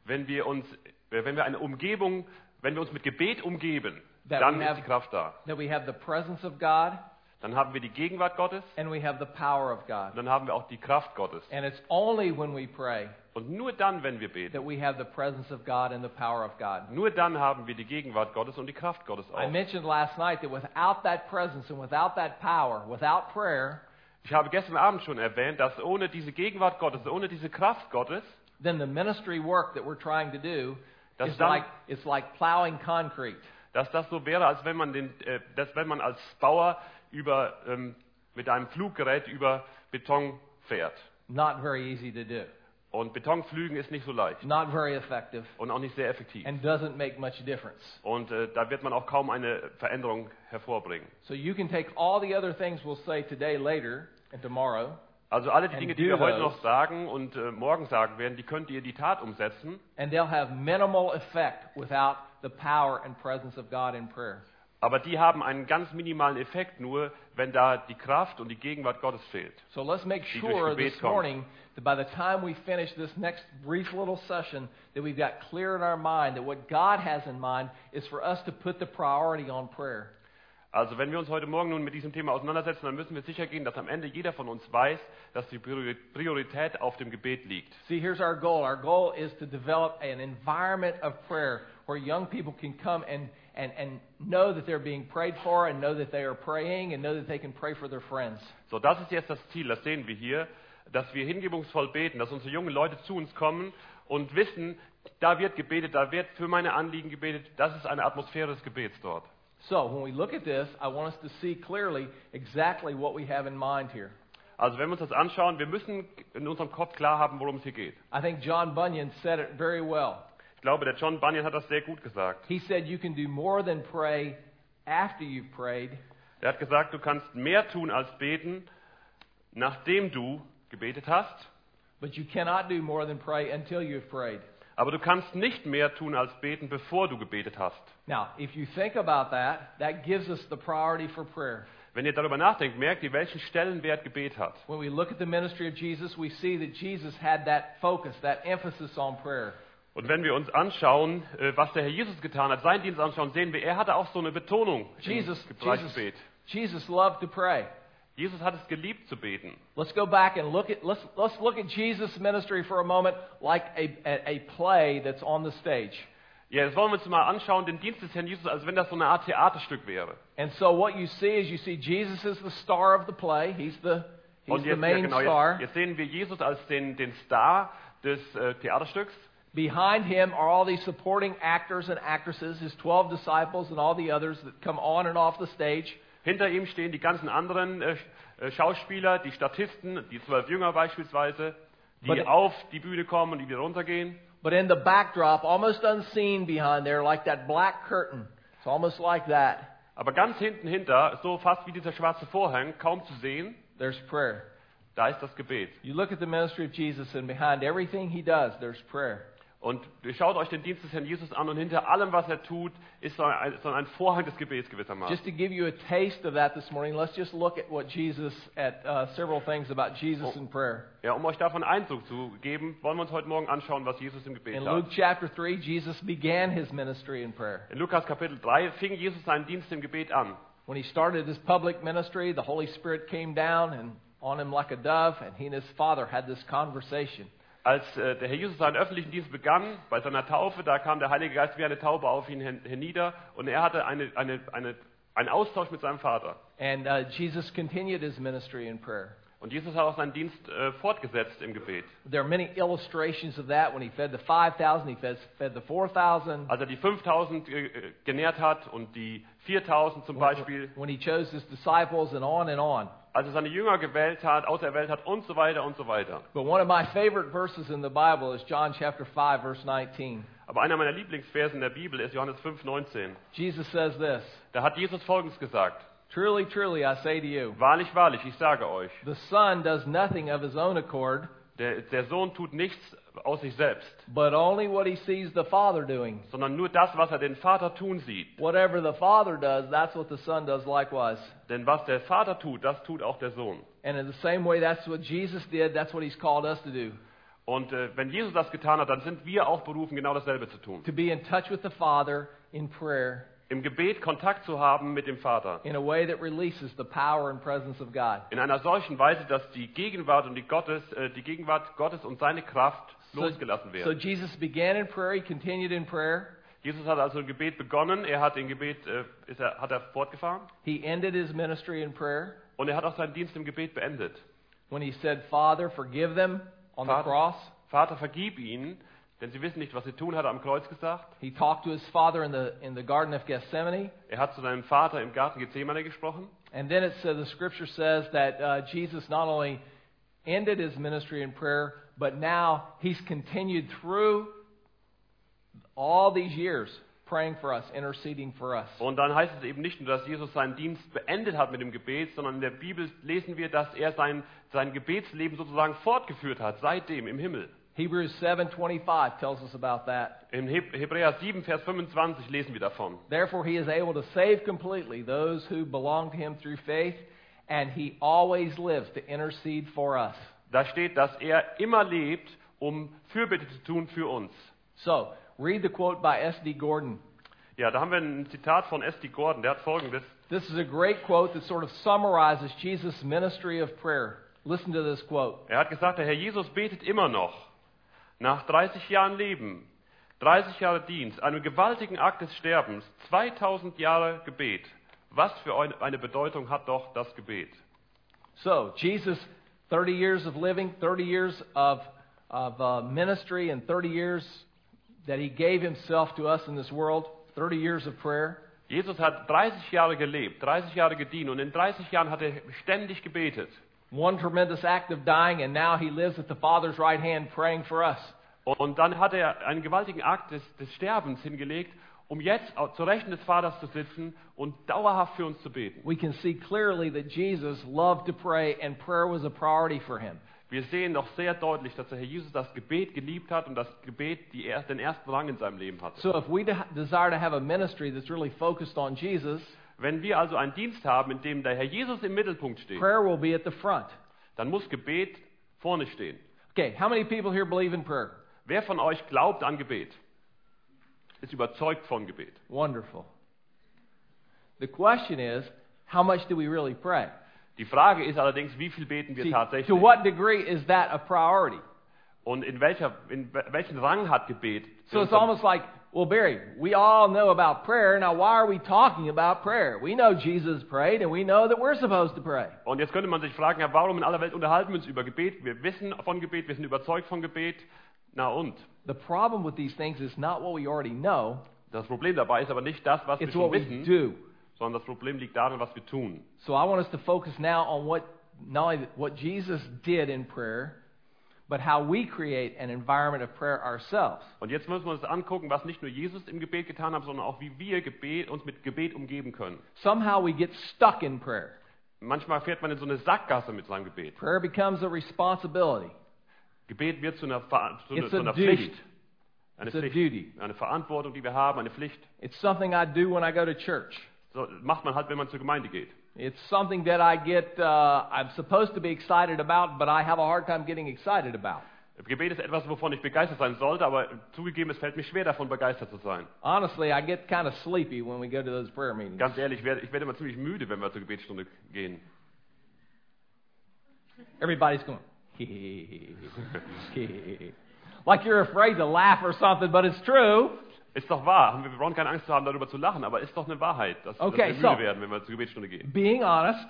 [SPEAKER 2] Wenn wir uns, äh, wenn wir eine Umgebung, wenn wir uns mit Gebet umgeben,
[SPEAKER 1] That
[SPEAKER 2] dann
[SPEAKER 1] we
[SPEAKER 2] ist
[SPEAKER 1] have-
[SPEAKER 2] die Kraft da.
[SPEAKER 1] that we have the presence of God
[SPEAKER 2] Dann haben wir die Gegenwart Gottes
[SPEAKER 1] and we have the power of
[SPEAKER 2] und
[SPEAKER 1] God.
[SPEAKER 2] dann haben wir auch die Kraft Gottes.
[SPEAKER 1] And it's only when we pray
[SPEAKER 2] Und nur dann, wenn wir beten,
[SPEAKER 1] that we have the presence of God and the power of God.
[SPEAKER 2] nur dann haben wir die Gegenwart Gottes und die Kraft Gottes
[SPEAKER 1] I
[SPEAKER 2] auch.
[SPEAKER 1] mentioned last night that without that presence and without that power, without prayer,
[SPEAKER 2] Ich habe gestern Abend schon erwähnt, dass ohne diese Gegenwart Gottes, ohne diese Kraft Gottes,
[SPEAKER 1] then the ministry work that we're trying to do
[SPEAKER 2] Das
[SPEAKER 1] is
[SPEAKER 2] dann-
[SPEAKER 1] like, it's like plowing concrete.
[SPEAKER 2] dass das so wäre, als wenn man, den, äh, dass wenn man als Bauer über, ähm, mit einem Fluggerät über Beton fährt.
[SPEAKER 1] Not very easy to do,
[SPEAKER 2] Und Betonflügen ist nicht so leicht
[SPEAKER 1] not very effective,
[SPEAKER 2] und auch nicht sehr effektiv.
[SPEAKER 1] and doesn't make much difference.
[SPEAKER 2] Und äh, da wird man auch kaum eine Veränderung hervorbringen.
[SPEAKER 1] So you can take all the other things we'll say today, later, and tomorrow,
[SPEAKER 2] Also alle die
[SPEAKER 1] And
[SPEAKER 2] Dinge,
[SPEAKER 1] do
[SPEAKER 2] die wir heute
[SPEAKER 1] those.
[SPEAKER 2] noch sagen und äh, morgen sagen werden, die könnt ihr in die Tat umsetzen.
[SPEAKER 1] and they'll have minimal effect without the power and presence of God in prayer.
[SPEAKER 2] Aber die haben einen ganz minimalen Effekt nur, wenn da die Kraft und die Gegenwart Gottes fehlt.
[SPEAKER 1] So let's make
[SPEAKER 2] Die durch
[SPEAKER 1] sure
[SPEAKER 2] Gebet
[SPEAKER 1] this
[SPEAKER 2] kommen.
[SPEAKER 1] morning that by the time we finish this next brief little session, that we've got clear in our mind that what God has in mind is for us to put the priority on prayer.
[SPEAKER 2] Also wenn wir uns heute Morgen nun mit diesem Thema auseinandersetzen, dann müssen wir sicher gehen, dass am Ende jeder von uns weiß, dass die Priori- Priorität auf dem Gebet liegt.
[SPEAKER 1] See, here's our goal. Our goal is to develop an environment of prayer where young people can come and, and, and know that they're being prayed for and know that they are praying and know that they can pray for their friends.
[SPEAKER 2] So, das ist jetzt das Ziel, das sehen wir hier, dass wir hingebungsvoll beten, dass unsere jungen Leute zu uns kommen und wissen, da wird gebetet, da wird für meine Anliegen gebetet, das ist eine Atmosphäre des Gebets dort.
[SPEAKER 1] So when we look at this, I want us to see clearly exactly what we have in mind here.
[SPEAKER 2] Also wenn wir uns das anschauen, wir müssen in unserem Kopf klar haben, worum es hier geht.
[SPEAKER 1] I think John Bunyan said it very well.
[SPEAKER 2] Ich glaube, der John Bunyan hat das sehr gut gesagt.
[SPEAKER 1] He said, You can do more than pray after you've prayed,
[SPEAKER 2] Er hat gesagt, du kannst mehr tun als beten, nachdem du gebetet hast,
[SPEAKER 1] but you cannot do more than pray until you've prayed.
[SPEAKER 2] aber du kannst nicht mehr tun als beten, bevor du gebetet hast.
[SPEAKER 1] Now, if you think about that, that gives us the priority for prayer.
[SPEAKER 2] Wenn ihr darüber nachdenkt, merkt ihr, welchen Stellenwert Gebet hat.
[SPEAKER 1] When we look at the ministry of Jesus, we see that Jesus had that focus, that emphasis on prayer.
[SPEAKER 2] Und wenn wir uns anschauen, äh, was der Herr Jesus getan hat, seinen Dienst anschauen, sehen wir, er hatte auch so eine Betonung
[SPEAKER 1] Jesus,
[SPEAKER 2] im Bereich
[SPEAKER 1] Jesus,
[SPEAKER 2] Gebet.
[SPEAKER 1] Jesus loved to pray.
[SPEAKER 2] Jesus hat es geliebt zu beten.
[SPEAKER 1] Let's go back and look at let's let's look at Jesus' ministry for a moment, like a a, a play that's on the stage.
[SPEAKER 2] Ja, jetzt wollen wir uns mal anschauen, den Dienst des Herrn Jesus, als wenn das so eine Art Theaterstück wäre.
[SPEAKER 1] And so what you see is you see Jesus is the star of the play. He's the he's
[SPEAKER 2] Und
[SPEAKER 1] the
[SPEAKER 2] jetzt, ja,
[SPEAKER 1] main
[SPEAKER 2] genau,
[SPEAKER 1] star.
[SPEAKER 2] jetzt, jetzt sehen wir Jesus als den, den Star des äh, Theaterstücks.
[SPEAKER 1] Behind him are all these supporting actors and actresses, his 12 disciples and all the others that come on and off the stage.
[SPEAKER 2] Hinter ihm stehen die ganzen anderen äh, äh, Schauspieler, die Statisten, die zwölf Jünger beispielsweise, die
[SPEAKER 1] But-
[SPEAKER 2] auf die Bühne kommen und die wieder runtergehen.
[SPEAKER 1] But in the backdrop, almost unseen behind there, like that black curtain. It's almost like that.
[SPEAKER 2] Aber ganz hinten hinter, so fast wie dieser schwarze Vorhang, kaum zu sehen,
[SPEAKER 1] There's prayer.
[SPEAKER 2] da ist das Gebet.
[SPEAKER 1] You look at the ministry of Jesus and behind everything he does, there's prayer.
[SPEAKER 2] Und ihr schaut euch den Dienst des Herrn Jesus an und hinter allem, was er tut, ist so ein, so ein Vorhang des Gebets gewissermaßen.
[SPEAKER 1] Just to give you a taste of that this morning, let's just look at what Jesus, at uh, several things about Jesus and prayer.
[SPEAKER 2] Ja, um euch davon Eindruck zu geben, wollen wir uns heute Morgen anschauen, was Jesus im Gebet
[SPEAKER 1] In
[SPEAKER 2] tat.
[SPEAKER 1] Luke chapter 3, Jesus began his ministry in prayer.
[SPEAKER 2] In Lukas Kapitel 3 fing Jesus seinen Dienst im Gebet an.
[SPEAKER 1] When he started his public ministry, the Holy Spirit came down and on him like a dove, and he and his father had this conversation.
[SPEAKER 2] Als äh, der Herr Jesus seinen öffentlichen Dienst begann, bei seiner Taufe, da kam der Heilige Geist wie eine Taube auf ihn hin- hernieder und er hatte eine, eine, eine, einen Austausch mit seinem Vater.
[SPEAKER 1] And uh, Jesus continued his ministry in prayer.
[SPEAKER 2] Und Jesus hat auch seinen Dienst äh, fortgesetzt im Gebet.
[SPEAKER 1] There are many illustrations of that. When he fed the 5,000, he fed, fed the 4,000.
[SPEAKER 2] Als er die 5000 ge- äh, genährt hat und die 4000 zum Beispiel,
[SPEAKER 1] When he chose his disciples, and on and on.
[SPEAKER 2] als er seine Jünger gewählt hat, auserwählt hat und so weiter und so weiter.
[SPEAKER 1] But one of my favorite verses in the Bible is John chapter 5, verse 19.
[SPEAKER 2] Aber einer meiner Lieblingsversen der Bibel ist Johannes 5,19.
[SPEAKER 1] Jesus says this
[SPEAKER 2] Da hat Jesus Folgendes gesagt.
[SPEAKER 1] Truly, truly, I say to you,
[SPEAKER 2] Wahrlich, wahrlich, ich sage euch,
[SPEAKER 1] the Son does nothing of his own accord,
[SPEAKER 2] der, der Sohn tut nichts aus sich selbst,
[SPEAKER 1] but only what he sees the Father doing.
[SPEAKER 2] sondern nur das, was er den Vater tun sieht.
[SPEAKER 1] Whatever the Father does, that's what the Son does likewise.
[SPEAKER 2] Denn was der Vater tut, das tut auch der Sohn.
[SPEAKER 1] And in the same way, that's what Jesus did, that's what he's called us to do.
[SPEAKER 2] Und äh, wenn Jesus das getan hat, dann sind wir auch berufen, genau dasselbe zu tun.
[SPEAKER 1] To be in touch with the Father in prayer
[SPEAKER 2] Im Gebet Kontakt zu haben mit dem Vater.
[SPEAKER 1] in a way that releases the power and presence of God.
[SPEAKER 2] In einer solchen Weise, dass die Gegenwart und die Gottes, äh, die Gegenwart Gottes und seine Kraft
[SPEAKER 1] So,
[SPEAKER 2] losgelassen
[SPEAKER 1] so
[SPEAKER 2] werden.
[SPEAKER 1] Jesus began in prayer, he continued in prayer,
[SPEAKER 2] Jesus hat also im Gebet begonnen, er hat im Gebet, äh, ist er, hat er fortgefahren
[SPEAKER 1] he ended his ministry in prayer.
[SPEAKER 2] und er hat auch seinen Dienst im Gebet beendet.
[SPEAKER 1] when he said, Father, forgive them on the
[SPEAKER 2] Vater.
[SPEAKER 1] cross.
[SPEAKER 2] Vater, vergib ihnen, denn sie wissen nicht, was sie tun, hat er am Kreuz gesagt.
[SPEAKER 1] He talked to his father in the, in the Garden of Gethsemane.
[SPEAKER 2] Er hat zu seinem Vater im Garten Gethsemane gesprochen.
[SPEAKER 1] And then it said, the scripture says that uh, Jesus not only ended his ministry in prayer, but now he's continued through all these years praying for us, interceding for us.
[SPEAKER 2] Und dann heißt es eben nicht nur, dass Jesus seinen Dienst beendet hat mit dem Gebet, sondern in der Bibel lesen wir, dass er sein, sein Gebetsleben sozusagen fortgeführt hat, seitdem im Himmel.
[SPEAKER 1] Hebrews 7:25 tells us about that.
[SPEAKER 2] In Heb- Hebräer 7, Vers 25 lesen wir davon.
[SPEAKER 1] Therefore he is able to save completely those who belong to him through faith, and he always lives to intercede for us.
[SPEAKER 2] Da steht, dass er immer lebt, um Fürbitte zu tun für uns.
[SPEAKER 1] So, read the quote by S.D. Gordon.
[SPEAKER 2] Ja, da haben wir ein Zitat von S.D. Gordon, der hat folgendes.
[SPEAKER 1] This is a great quote that sort of summarizes Jesus' ministry of prayer. Listen to this quote.
[SPEAKER 2] Er hat gesagt, der Herr Jesus betet immer noch. Nach 30 Jahren Leben, 30 Jahre Dienst, einem gewaltigen Akt des Sterbens, 2000 Jahre Gebet. Was für ein- eine Bedeutung hat doch das Gebet?
[SPEAKER 1] So, Jesus, 30 years of living, 30 years of, of uh, ministry, and 30 years that he gave himself to us in this world, 30 years of prayer.
[SPEAKER 2] Jesus hat 30 Jahre gelebt, 30 Jahre gedient und in 30 Jahren hat er ständig gebetet.
[SPEAKER 1] one tremendous act of dying, and now he lives at the Father's right hand praying for us.
[SPEAKER 2] Und dann hat er einen gewaltigen Akt des, des Sterbens hingelegt, um jetzt au- zur Rechten des Vaters zu sitzen und dauerhaft für uns zu beten.
[SPEAKER 1] We can see clearly that Jesus loved to pray, and prayer was a priority for him.
[SPEAKER 2] Wir sehen doch sehr deutlich, dass der Herr Jesus das Gebet geliebt hat und das Gebet die, er- den ersten Rang in seinem Leben hatte.
[SPEAKER 1] So if we de- desire to have a ministry that's really focused on Jesus,
[SPEAKER 2] Wenn wir also einen Dienst haben, in dem der Herr Jesus im Mittelpunkt steht,
[SPEAKER 1] prayer will be at the front.
[SPEAKER 2] dann muss Gebet vorne stehen.
[SPEAKER 1] Okay, how many people here believe in prayer?
[SPEAKER 2] Wer von euch glaubt an Gebet? Ist überzeugt von Gebet.
[SPEAKER 1] Wonderful. The question is, how much do we really pray?
[SPEAKER 2] Die Frage ist allerdings, wie viel beten wir
[SPEAKER 1] See, to
[SPEAKER 2] tatsächlich?
[SPEAKER 1] what degree is that a priority?
[SPEAKER 2] Und in, welcher, in wel- welchen Rang hat Gebet?
[SPEAKER 1] So it's almost like, well, Barry, we all know about prayer. Now, why are we talking about prayer? We know Jesus prayed, and we know that we're supposed to pray.
[SPEAKER 2] Und jetzt könnte man sich fragen, ja, warum in aller Welt unterhalten wir uns über Gebet? Wir wissen von Gebet, wir sind überzeugt von Gebet. Na und?
[SPEAKER 1] The problem with these things is not what we already know,
[SPEAKER 2] Das Problem dabei ist aber nicht das, was wir
[SPEAKER 1] it's what
[SPEAKER 2] schon
[SPEAKER 1] we
[SPEAKER 2] wissen,
[SPEAKER 1] do.
[SPEAKER 2] sondern das Problem liegt darin, was wir tun.
[SPEAKER 1] So I want us to focus now on what not only what Jesus did in prayer, but how we create an environment of prayer ourselves.
[SPEAKER 2] Und jetzt müssen wir uns angucken, was nicht nur Jesus im Gebet getan hat, sondern auch wie wir Gebet, uns mit Gebet umgeben können.
[SPEAKER 1] Somehow we get stuck in prayer.
[SPEAKER 2] Manchmal fährt man in so eine Sackgasse mit seinem Gebet.
[SPEAKER 1] Prayer becomes a responsibility.
[SPEAKER 2] Gebet wird zu einer, Ver zu einer,
[SPEAKER 1] It's
[SPEAKER 2] zu
[SPEAKER 1] a
[SPEAKER 2] einer
[SPEAKER 1] duty.
[SPEAKER 2] Pflicht. Eine
[SPEAKER 1] It's a
[SPEAKER 2] Pflicht.
[SPEAKER 1] duty.
[SPEAKER 2] Eine Verantwortung, die wir haben, eine Pflicht.
[SPEAKER 1] It's something I do when I go to church.
[SPEAKER 2] So macht man halt, wenn man zur Gemeinde geht.
[SPEAKER 1] It's something that I get, uh, I'm supposed to be excited about, but I have a hard time getting excited about.
[SPEAKER 2] Gebet ist etwas, wovon ich begeistert sein sollte, aber zugegeben, es fällt mir schwer, davon begeistert zu sein.
[SPEAKER 1] Honestly, I get kind of sleepy when we go to those prayer meetings.
[SPEAKER 2] Ganz ehrlich, ich werde, ich werde immer ziemlich müde, wenn wir zur Gebetsstunde gehen.
[SPEAKER 1] Everybody's going, like you're afraid to laugh or something, but it's true.
[SPEAKER 2] Ist doch wahr. Wir brauchen keine Angst zu haben, darüber zu lachen, aber ist doch eine Wahrheit, dass,
[SPEAKER 1] Okay,
[SPEAKER 2] dass wir müde
[SPEAKER 1] so.
[SPEAKER 2] werden, wenn wir zur Gebetsstunde gehen.
[SPEAKER 1] Being honest,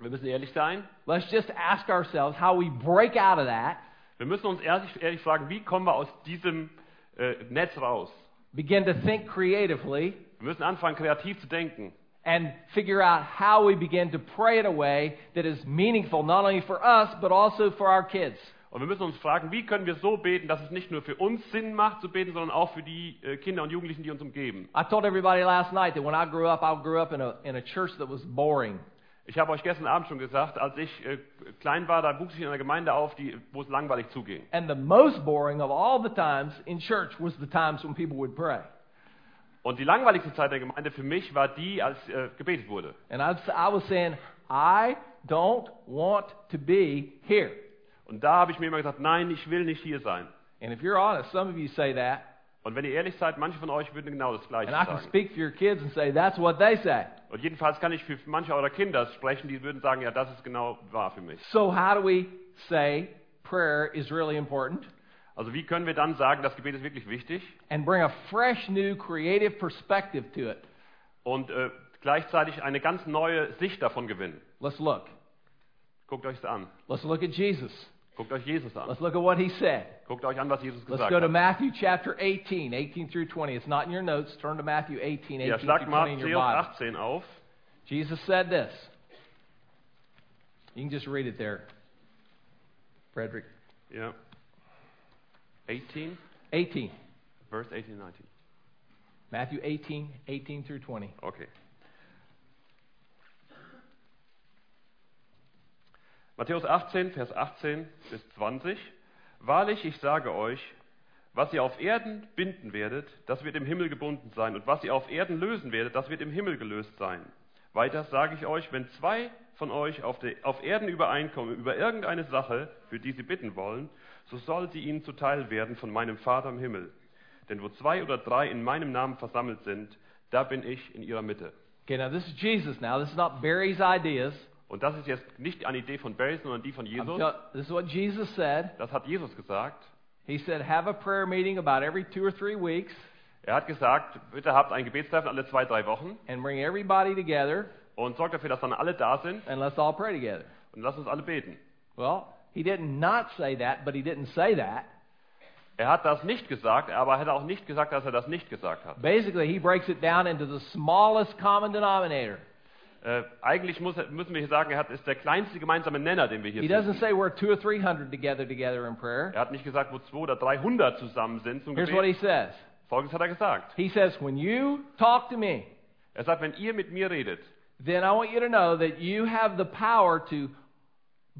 [SPEAKER 2] Wir müssen ehrlich sein.
[SPEAKER 1] let's just ask ourselves how we break out of that,
[SPEAKER 2] Wir müssen uns ehrlich, ehrlich fragen, wie kommen wir aus diesem äh, Netz raus?
[SPEAKER 1] begin to think creatively,
[SPEAKER 2] Wir müssen anfangen, kreativ zu denken
[SPEAKER 1] and figure out how we begin to pray in a way that is meaningful not only for us, but also for our kids.
[SPEAKER 2] Und wir müssen uns fragen, wie können wir so beten, dass es nicht nur für uns Sinn macht zu beten, sondern auch für die äh, Kinder und Jugendlichen, die uns umgeben.
[SPEAKER 1] I told everybody last night that when I grew up, I grew up in a, in a church that was boring.
[SPEAKER 2] Ich habe euch gestern Abend schon gesagt, als ich äh, klein war, da wuchs ich in einer Gemeinde auf, die, wo es langweilig zuging.
[SPEAKER 1] And the most boring of all the times in church was the times when people would pray.
[SPEAKER 2] Und die langweiligste Zeit der Gemeinde für mich war die, als äh, gebetet wurde.
[SPEAKER 1] And I, I was saying, I don't want to be here.
[SPEAKER 2] Und da habe ich mir immer gesagt, nein, ich will nicht hier sein.
[SPEAKER 1] And if you're honest, some of you say that.
[SPEAKER 2] Und wenn ihr ehrlich seid, manche von euch würden genau das Gleiche
[SPEAKER 1] And I can
[SPEAKER 2] sagen.
[SPEAKER 1] speak for your kids and say, that's what they say.
[SPEAKER 2] Und jedenfalls kann ich für manche eurer Kinder sprechen, die würden sagen, ja, das ist genau wahr für mich.
[SPEAKER 1] So, how do we say prayer is really important?
[SPEAKER 2] Also wie können wir dann sagen, das Gebet ist wirklich wichtig?
[SPEAKER 1] and bring a fresh, new, creative perspective to it.
[SPEAKER 2] und äh, gleichzeitig eine ganz neue Sicht davon gewinnen.
[SPEAKER 1] Let's look.
[SPEAKER 2] Guckt euch das an.
[SPEAKER 1] Let's look at Jesus.
[SPEAKER 2] Guckt euch Jesus an.
[SPEAKER 1] Let's look at what he said.
[SPEAKER 2] Guckt euch an, was Jesus
[SPEAKER 1] Let's
[SPEAKER 2] gesagt
[SPEAKER 1] go to
[SPEAKER 2] hat.
[SPEAKER 1] Matthew chapter 18, 18 through 20. It's not in your notes. Turn to Matthew 18, 18
[SPEAKER 2] Ja,
[SPEAKER 1] through
[SPEAKER 2] schlag
[SPEAKER 1] 20 in your
[SPEAKER 2] Matthäus
[SPEAKER 1] Bible.
[SPEAKER 2] 18 auf.
[SPEAKER 1] Jesus said this. You can just read it there, Frederick.
[SPEAKER 2] Ja. 18,
[SPEAKER 1] 18.
[SPEAKER 2] Verse 18, 19.
[SPEAKER 1] Matthew 18, 18 through 20.
[SPEAKER 2] Okay. Matthäus 18, Vers 18 bis 20. Wahrlich, ich sage euch, was ihr auf Erden binden werdet, das wird im Himmel gebunden sein, und was ihr auf Erden lösen werdet, das wird im Himmel gelöst sein. Weiters sage ich euch, wenn zwei von euch auf, der, auf Erden übereinkommen über irgendeine Sache, für die sie bitten wollen, so soll sie ihnen zuteil werden von meinem Vater im Himmel. Denn wo zwei oder drei in meinem Namen versammelt sind, da bin ich in ihrer Mitte.
[SPEAKER 1] Okay, now this is Jesus now. This is not Barry's ideas.
[SPEAKER 2] Und das ist jetzt nicht eine Idee von Barry, sondern die von
[SPEAKER 1] I'm
[SPEAKER 2] Jesus.
[SPEAKER 1] tell- this is what Jesus said.
[SPEAKER 2] Das hat Jesus gesagt.
[SPEAKER 1] He said, have a prayer meeting about every two or three weeks
[SPEAKER 2] Er hat gesagt, bitte habt ein Gebetstreffen alle zwei, drei Wochen
[SPEAKER 1] and bring everybody together
[SPEAKER 2] und sorgt dafür, dass dann alle da sind
[SPEAKER 1] and let's all pray together.
[SPEAKER 2] und lasst uns alle beten.
[SPEAKER 1] Well, he didn't not say that, but he didn't say that.
[SPEAKER 2] Er hat das nicht gesagt, aber er hat auch nicht gesagt, dass er das nicht gesagt hat.
[SPEAKER 1] Basically, he breaks it down into the smallest common denominator.
[SPEAKER 2] Äh, eigentlich muss, er- müssen wir hier sagen, er hat, ist der kleinste gemeinsame Nenner, den wir hier
[SPEAKER 1] He
[SPEAKER 2] finden.
[SPEAKER 1] doesn't say we're two or three hundred together together in prayer.
[SPEAKER 2] Er hat nicht gesagt, wo 200 oder 300 zusammen sind zum
[SPEAKER 1] Here's what
[SPEAKER 2] Gebet.
[SPEAKER 1] he says.
[SPEAKER 2] Folgendes hat er gesagt.
[SPEAKER 1] He says, when you talk to me,
[SPEAKER 2] Er sagt, wenn ihr mit mir redet,
[SPEAKER 1] then I want you to know that you have the power to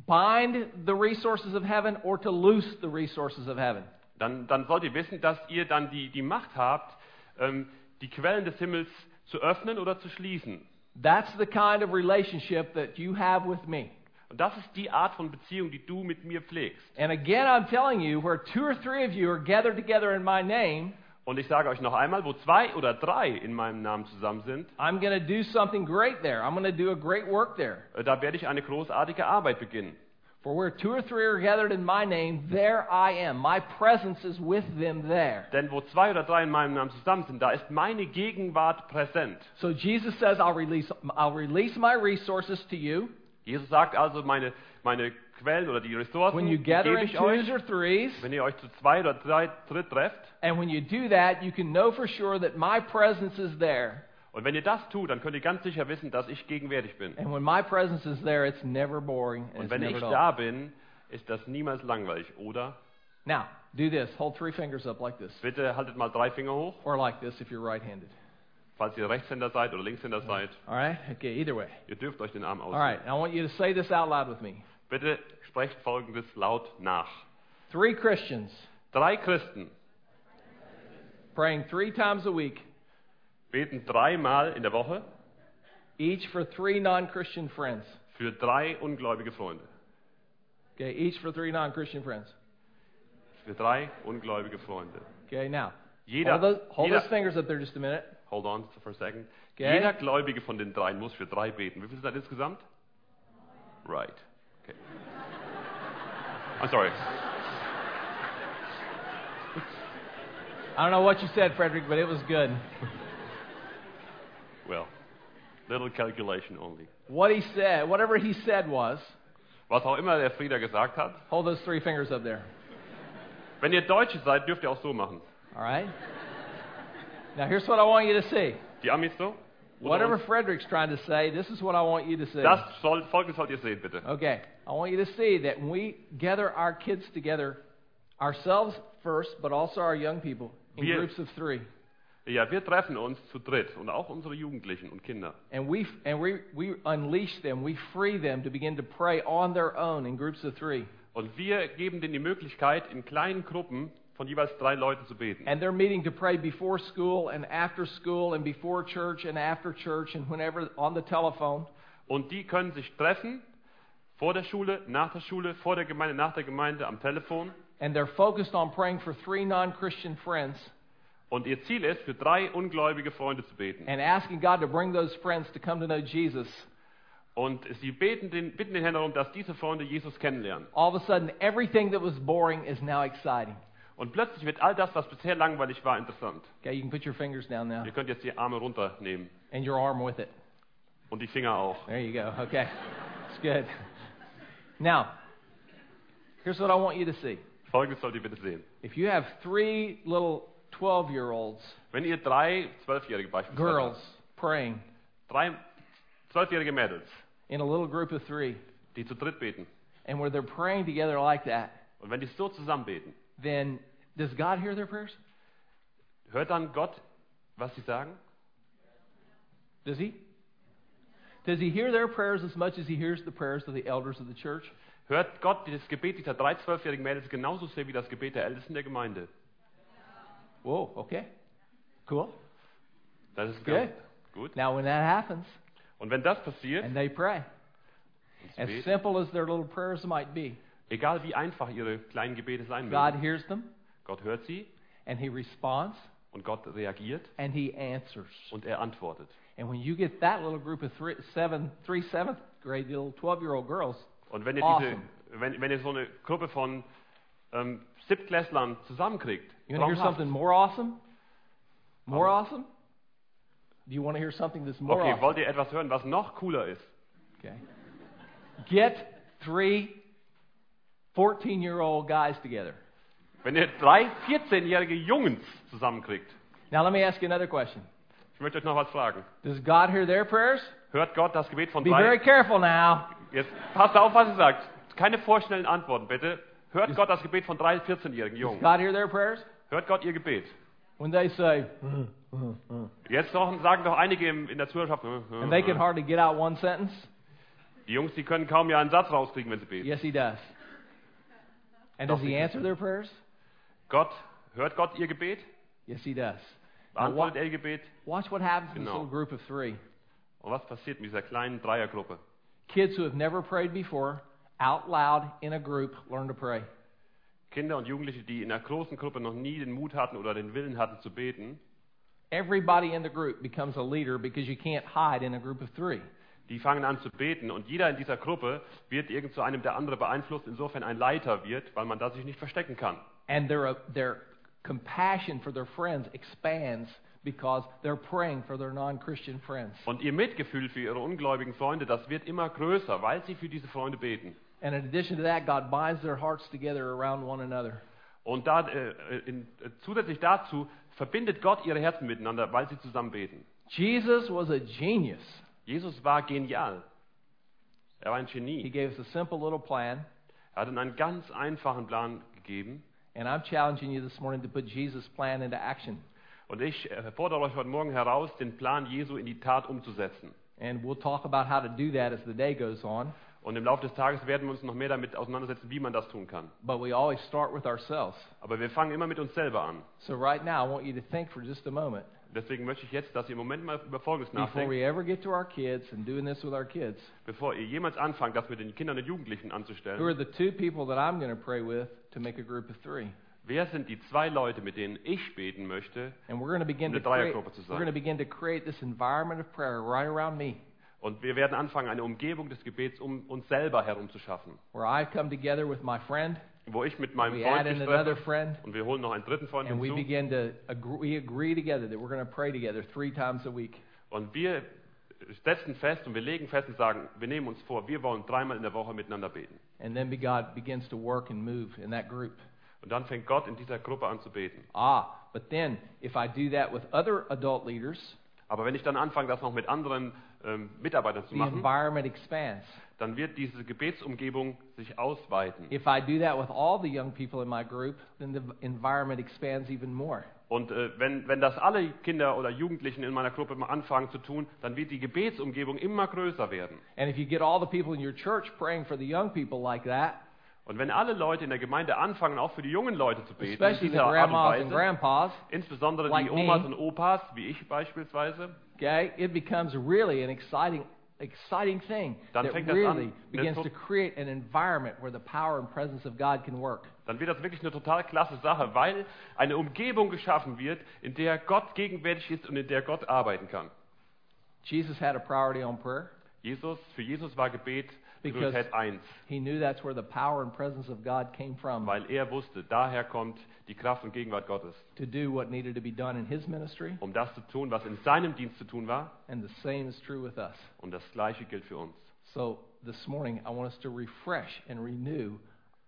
[SPEAKER 1] bind the resources of heaven or to loose the resources of heaven.
[SPEAKER 2] dann, dann sollt ihr wissen, dass ihr dann die, die Macht habt, ähm, die Quellen des Himmels zu öffnen oder zu schließen.
[SPEAKER 1] That's the kind of relationship that you have with me.
[SPEAKER 2] Und das ist die Art von Beziehung, die du mit mir pflegst.
[SPEAKER 1] And again, I'm telling you, where two or three of you are gathered together in my name,
[SPEAKER 2] Und ich sage euch noch einmal, wo zwei oder drei in meinem Namen zusammen sind,
[SPEAKER 1] I'm going to do something great there. I'm going to do a great work there.
[SPEAKER 2] äh, da werde ich eine großartige Arbeit beginnen.
[SPEAKER 1] For where two or three are gathered in my name, there I am. My presence is with them there.
[SPEAKER 2] Denn wo zwei oder drei in meinem Namen zusammen sind, da ist meine Gegenwart präsent.
[SPEAKER 1] So Jesus says, I'll release, I'll release my resources to you.
[SPEAKER 2] Jesus sagt also, meine, meine Quellen oder die Ressourcen
[SPEAKER 1] When you gather
[SPEAKER 2] gebe
[SPEAKER 1] in
[SPEAKER 2] ich euch,
[SPEAKER 1] twos or threes,
[SPEAKER 2] wenn ihr euch zu zwei oder drei dritt trefft.
[SPEAKER 1] and when you do that, you can know for sure that my presence is there.
[SPEAKER 2] Und wenn ihr das tut, dann könnt ihr ganz sicher wissen, dass ich gegenwärtig bin.
[SPEAKER 1] And when my presence is there, it's never boring. And
[SPEAKER 2] Und
[SPEAKER 1] it's
[SPEAKER 2] wenn
[SPEAKER 1] never
[SPEAKER 2] ich
[SPEAKER 1] dull.
[SPEAKER 2] da bin, ist das niemals langweilig, oder?
[SPEAKER 1] Now, do this. Hold three fingers up like this,
[SPEAKER 2] Bitte haltet mal drei Finger hoch,
[SPEAKER 1] or like this if you're right handed.
[SPEAKER 2] falls ihr Rechtshänder seid oder Linkshänder seid.
[SPEAKER 1] All right? Okay, either way.
[SPEAKER 2] Ihr dürft euch den Arm
[SPEAKER 1] All
[SPEAKER 2] aus.
[SPEAKER 1] right, I want you to say this out loud with me.
[SPEAKER 2] Bitte sprecht folgendes laut nach.
[SPEAKER 1] Three Christians
[SPEAKER 2] Drei Christen
[SPEAKER 1] praying three times a week,
[SPEAKER 2] beten dreimal in der Woche
[SPEAKER 1] each for three non Christian friends.
[SPEAKER 2] für drei ungläubige Freunde.
[SPEAKER 1] Okay, each for three non Christian friends.
[SPEAKER 2] Für drei ungläubige Freunde.
[SPEAKER 1] Okay, now,
[SPEAKER 2] Jeder,
[SPEAKER 1] hold, those, hold
[SPEAKER 2] jeder,
[SPEAKER 1] those fingers up there just a minute.
[SPEAKER 2] hold on for a second.
[SPEAKER 1] Okay.
[SPEAKER 2] Jeder Gläubige von den dreien muss für drei beten. Wie viel sind das insgesamt? Right. Okay. I'm sorry.
[SPEAKER 1] I don't know what you said, Frederick, but it was good.
[SPEAKER 2] Well, little calculation only.
[SPEAKER 1] What he said, whatever he said was,
[SPEAKER 2] Was auch immer der Frieder gesagt hat.
[SPEAKER 1] hold those three fingers up there.
[SPEAKER 2] Wenn ihr Deutsche seid, dürft ihr auch so machen.
[SPEAKER 1] All right? Now, here's what I want you to see.
[SPEAKER 2] Die Amis so? Oder
[SPEAKER 1] Whatever
[SPEAKER 2] uns?
[SPEAKER 1] Frederick's trying to say, this is what I want you to see.
[SPEAKER 2] Das soll, folgendes sollt ihr sehen, bitte.
[SPEAKER 1] Okay, I want you to see that when we gather our kids together, ourselves first, but also our young people, in
[SPEAKER 2] Wir-
[SPEAKER 1] groups of three,
[SPEAKER 2] Ja, wir treffen uns zu dritt und auch unsere Jugendlichen und Kinder.
[SPEAKER 1] and we and we we unleash them, we free them to begin to pray on their own in groups of three,
[SPEAKER 2] Und wir geben denen die Möglichkeit, in kleinen Gruppen von jeweils drei Leuten zu beten.
[SPEAKER 1] and they're meeting to pray before school and after school and before church and after church and whenever on the telephone.
[SPEAKER 2] Und die können sich treffen, vor der Schule, nach der Schule, vor der Gemeinde, nach der Gemeinde, am Telefon.
[SPEAKER 1] And they're focused on praying for three non Christian friends
[SPEAKER 2] Und ihr Ziel ist, für drei ungläubige Freunde zu beten.
[SPEAKER 1] and asking God to bring those friends to come to know Jesus.
[SPEAKER 2] Und sie beten den, bitten den Herrn darum, dass diese Freunde Jesus kennenlernen.
[SPEAKER 1] All of a sudden, everything that was boring is now exciting.
[SPEAKER 2] Und plötzlich wird all das, was bisher langweilig war, interessant.
[SPEAKER 1] Okay, you can put your fingers down now
[SPEAKER 2] Ihr könnt jetzt die Arme runternehmen
[SPEAKER 1] and your arm with it.
[SPEAKER 2] und die Finger auch.
[SPEAKER 1] There you go. Okay. It's good. Now, here's what I want you to see.
[SPEAKER 2] Folgendes sollt ihr bitte sehen.
[SPEAKER 1] If you have three little 12 year olds,
[SPEAKER 2] Wenn ihr drei Zwölfjährige beispielsweise
[SPEAKER 1] girls, praying
[SPEAKER 2] drei zwölfjährige Mädels,
[SPEAKER 1] in a little group of three,
[SPEAKER 2] die zu dritt beten,
[SPEAKER 1] and where they're praying together like that,
[SPEAKER 2] und wenn die so zusammen beten,
[SPEAKER 1] then does God hear their prayers?
[SPEAKER 2] hört dann Gott, was sie sagen?
[SPEAKER 1] Does He? Does He hear their prayers as much as He hears the prayers of the elders of the church?
[SPEAKER 2] Hört Gott das Gebet dieser drei zwölfjährigen Mädels genauso sehr wie das Gebet der Ältesten der Gemeinde?
[SPEAKER 1] Whoa, okay. Cool.
[SPEAKER 2] Das ist
[SPEAKER 1] Okay.
[SPEAKER 2] gut. Gut.
[SPEAKER 1] Now, when that happens,
[SPEAKER 2] Und wenn das passiert,
[SPEAKER 1] and they pray,
[SPEAKER 2] und sie
[SPEAKER 1] as
[SPEAKER 2] beten,
[SPEAKER 1] simple as their little prayers might be,
[SPEAKER 2] egal wie einfach ihre kleinen Gebete sein
[SPEAKER 1] God
[SPEAKER 2] mögen,
[SPEAKER 1] hears them
[SPEAKER 2] Gott hört sie
[SPEAKER 1] and He responds
[SPEAKER 2] Und Gott reagiert
[SPEAKER 1] and He answers.
[SPEAKER 2] und er antwortet.
[SPEAKER 1] And when you get that little group of three, seven, three seventh grade little 12 year old girls,
[SPEAKER 2] Und wenn ihr,
[SPEAKER 1] Awesome.
[SPEAKER 2] diese, wenn, wenn ihr so eine Gruppe von ähm, Siebtklässlern zusammenkriegt,
[SPEAKER 1] you want to hear
[SPEAKER 2] traumhaft.
[SPEAKER 1] something more awesome? More
[SPEAKER 2] Um,
[SPEAKER 1] awesome? Do you want to hear something that's more
[SPEAKER 2] okay,
[SPEAKER 1] awesome?
[SPEAKER 2] wollt ihr etwas hören, was noch cooler ist?
[SPEAKER 1] Okay. Get three 14 year old guys together.
[SPEAKER 2] Wenn ihr drei 14-jährige Jungs zusammenkriegt,
[SPEAKER 1] Now, let me ask you another question.
[SPEAKER 2] ich möchte euch noch was fragen.
[SPEAKER 1] Does God hear their prayers?
[SPEAKER 2] Hört Gott das Gebet von
[SPEAKER 1] Be
[SPEAKER 2] drei?
[SPEAKER 1] very careful now.
[SPEAKER 2] Jetzt passt auf, was ihr sagt. Keine vorschnellen Antworten, bitte. Hört Gott das Gebet von drei 14-jährigen Jungen.
[SPEAKER 1] God hear their prayers?
[SPEAKER 2] Hört Gott ihr Gebet.
[SPEAKER 1] When they say,
[SPEAKER 2] Jetzt noch, sagen doch einige im, in der Zuhörerschaft. äh,
[SPEAKER 1] and they
[SPEAKER 2] Mm-hmm.
[SPEAKER 1] can hardly get out one sentence,
[SPEAKER 2] Die Jungs, die können kaum ja einen Satz rauskriegen, wenn sie beten.
[SPEAKER 1] yes, He does. And does
[SPEAKER 2] Doch,
[SPEAKER 1] He
[SPEAKER 2] ich-
[SPEAKER 1] answer their prayers?
[SPEAKER 2] Gott, hört Gott ihr Gebet?
[SPEAKER 1] Yes, He does. Now, wa-
[SPEAKER 2] Beantwortet er ihr Gebet?
[SPEAKER 1] watch what happens in this
[SPEAKER 2] Genau.
[SPEAKER 1] little group of three.
[SPEAKER 2] Und was passiert mit dieser kleinen Dreiergruppe?
[SPEAKER 1] Kids who have never prayed before, out loud in a group, learn to pray.
[SPEAKER 2] Kinder und Jugendliche, die in einer großen Gruppe noch nie den Mut hatten oder den Willen hatten zu beten,
[SPEAKER 1] Everybody in the group becomes a leader because you can't hide in a group of three.
[SPEAKER 2] die fangen an zu beten und jeder in dieser Gruppe wird irgend zu einem der andere beeinflusst, insofern ein Leiter wird, weil man da sich nicht verstecken kann.
[SPEAKER 1] And their, uh, their compassion for their friends expands because they're praying for their non Christian friends.
[SPEAKER 2] Und ihr Mitgefühl für ihre ungläubigen Freunde, das wird immer größer, weil sie für diese Freunde beten.
[SPEAKER 1] And in addition to that, God binds their hearts together around one another.
[SPEAKER 2] Und da, äh, in, äh, zusätzlich dazu verbindet Gott ihre Herzen miteinander, weil sie zusammen beten.
[SPEAKER 1] Jesus was a genius.
[SPEAKER 2] Jesus war genial. Er war ein
[SPEAKER 1] He
[SPEAKER 2] Genie.
[SPEAKER 1] gave us a simple little plan.
[SPEAKER 2] Er hat ihnen einen ganz einfachen Plan gegeben.
[SPEAKER 1] And I'm challenging you this morning to put Jesus' plan into action.
[SPEAKER 2] Und ich äh, fordere euch heute Morgen heraus, den Plan Jesu in die Tat umzusetzen.
[SPEAKER 1] And we'll talk about how to do that as the day goes on.
[SPEAKER 2] Und im Laufe des Tages werden wir uns noch mehr damit auseinandersetzen, wie man das tun kann.
[SPEAKER 1] But we always start with ourselves.
[SPEAKER 2] Aber wir fangen immer mit uns selber an.
[SPEAKER 1] So, right now, I want you to think for just a moment
[SPEAKER 2] Deswegen möchte ich jetzt, dass ihr im Moment mal über Folgendes
[SPEAKER 1] before
[SPEAKER 2] nachdenkt,
[SPEAKER 1] we ever get to our kids and doing this with our kids.
[SPEAKER 2] bevor ihr jemals anfangt, das mit den Kindern und Jugendlichen
[SPEAKER 1] Who are
[SPEAKER 2] anzustellen.
[SPEAKER 1] the two people that I'm going to pray with to make a group of three?
[SPEAKER 2] Wer sind die zwei Leute, mit denen ich beten möchte?
[SPEAKER 1] And we're going to begin
[SPEAKER 2] Um
[SPEAKER 1] to
[SPEAKER 2] eine
[SPEAKER 1] create,
[SPEAKER 2] Dreiergruppe zu
[SPEAKER 1] we're
[SPEAKER 2] sein.
[SPEAKER 1] going to begin to create this environment of prayer right around me,
[SPEAKER 2] Und wir werden anfangen, eine Umgebung des Gebets um uns selber herum zu schaffen.
[SPEAKER 1] where I come together with my friend,
[SPEAKER 2] Wo ich mit meinem
[SPEAKER 1] we
[SPEAKER 2] Freund
[SPEAKER 1] add in
[SPEAKER 2] mich
[SPEAKER 1] another
[SPEAKER 2] treffe
[SPEAKER 1] friend,
[SPEAKER 2] und wir holen noch einen dritten Freund
[SPEAKER 1] and we
[SPEAKER 2] hinzu.
[SPEAKER 1] begin to agree, we agree together that we're going to pray together three times a week.
[SPEAKER 2] Und wir setzen fest und wir legen fest und sagen, wir nehmen uns vor, wir wollen dreimal in der Woche miteinander beten.
[SPEAKER 1] And then be- God begins to work and move in that group.
[SPEAKER 2] Und dann fängt Gott in dieser Gruppe an zu beten.
[SPEAKER 1] Ah, but then if I do that with other adult leaders,
[SPEAKER 2] Aber wenn ich dann anfange, das noch mit anderen ähm, Mitarbeitern zu
[SPEAKER 1] the
[SPEAKER 2] machen,
[SPEAKER 1] environment expands.
[SPEAKER 2] dann wird diese Gebetsumgebung sich ausweiten.
[SPEAKER 1] If I do that with all the young people in my group, then the environment expands even more.
[SPEAKER 2] Und äh, wenn, wenn das alle Kinder oder Jugendlichen in meiner Gruppe mal anfangen zu tun, dann wird die Gebetsumgebung immer größer werden.
[SPEAKER 1] And if you get all the people in your church praying for the young people like that,
[SPEAKER 2] Und wenn alle Leute in der Gemeinde anfangen, auch für die jungen Leute zu beten, in
[SPEAKER 1] especially the
[SPEAKER 2] dieser Art und
[SPEAKER 1] grandmas and
[SPEAKER 2] Weise,
[SPEAKER 1] grandpas,
[SPEAKER 2] insbesondere die
[SPEAKER 1] like me.
[SPEAKER 2] Omas und Opas, wie ich beispielsweise,
[SPEAKER 1] okay, it becomes really an exciting, exciting thing
[SPEAKER 2] Dann
[SPEAKER 1] that
[SPEAKER 2] fängt das an,
[SPEAKER 1] really
[SPEAKER 2] eine
[SPEAKER 1] begins
[SPEAKER 2] to-
[SPEAKER 1] to create an environment where the power and presence of God can work.
[SPEAKER 2] dann wird das wirklich eine total klasse Sache, weil eine Umgebung geschaffen wird, in der Gott gegenwärtig ist und in der Gott arbeiten kann.
[SPEAKER 1] Jesus had a priority on prayer.
[SPEAKER 2] Jesus, für Jesus war Gebet
[SPEAKER 1] Because-
[SPEAKER 2] Priorität 1,
[SPEAKER 1] He knew that's where the power and presence of God came from
[SPEAKER 2] weil er wusste, daher kommt die Kraft und Gegenwart Gottes,
[SPEAKER 1] to do what needed to be done in his ministry,
[SPEAKER 2] um das zu tun, was in seinem Dienst zu tun war.
[SPEAKER 1] and the same is true with us.
[SPEAKER 2] Und das Gleiche gilt für uns.
[SPEAKER 1] So this morning, I want us to refresh and renew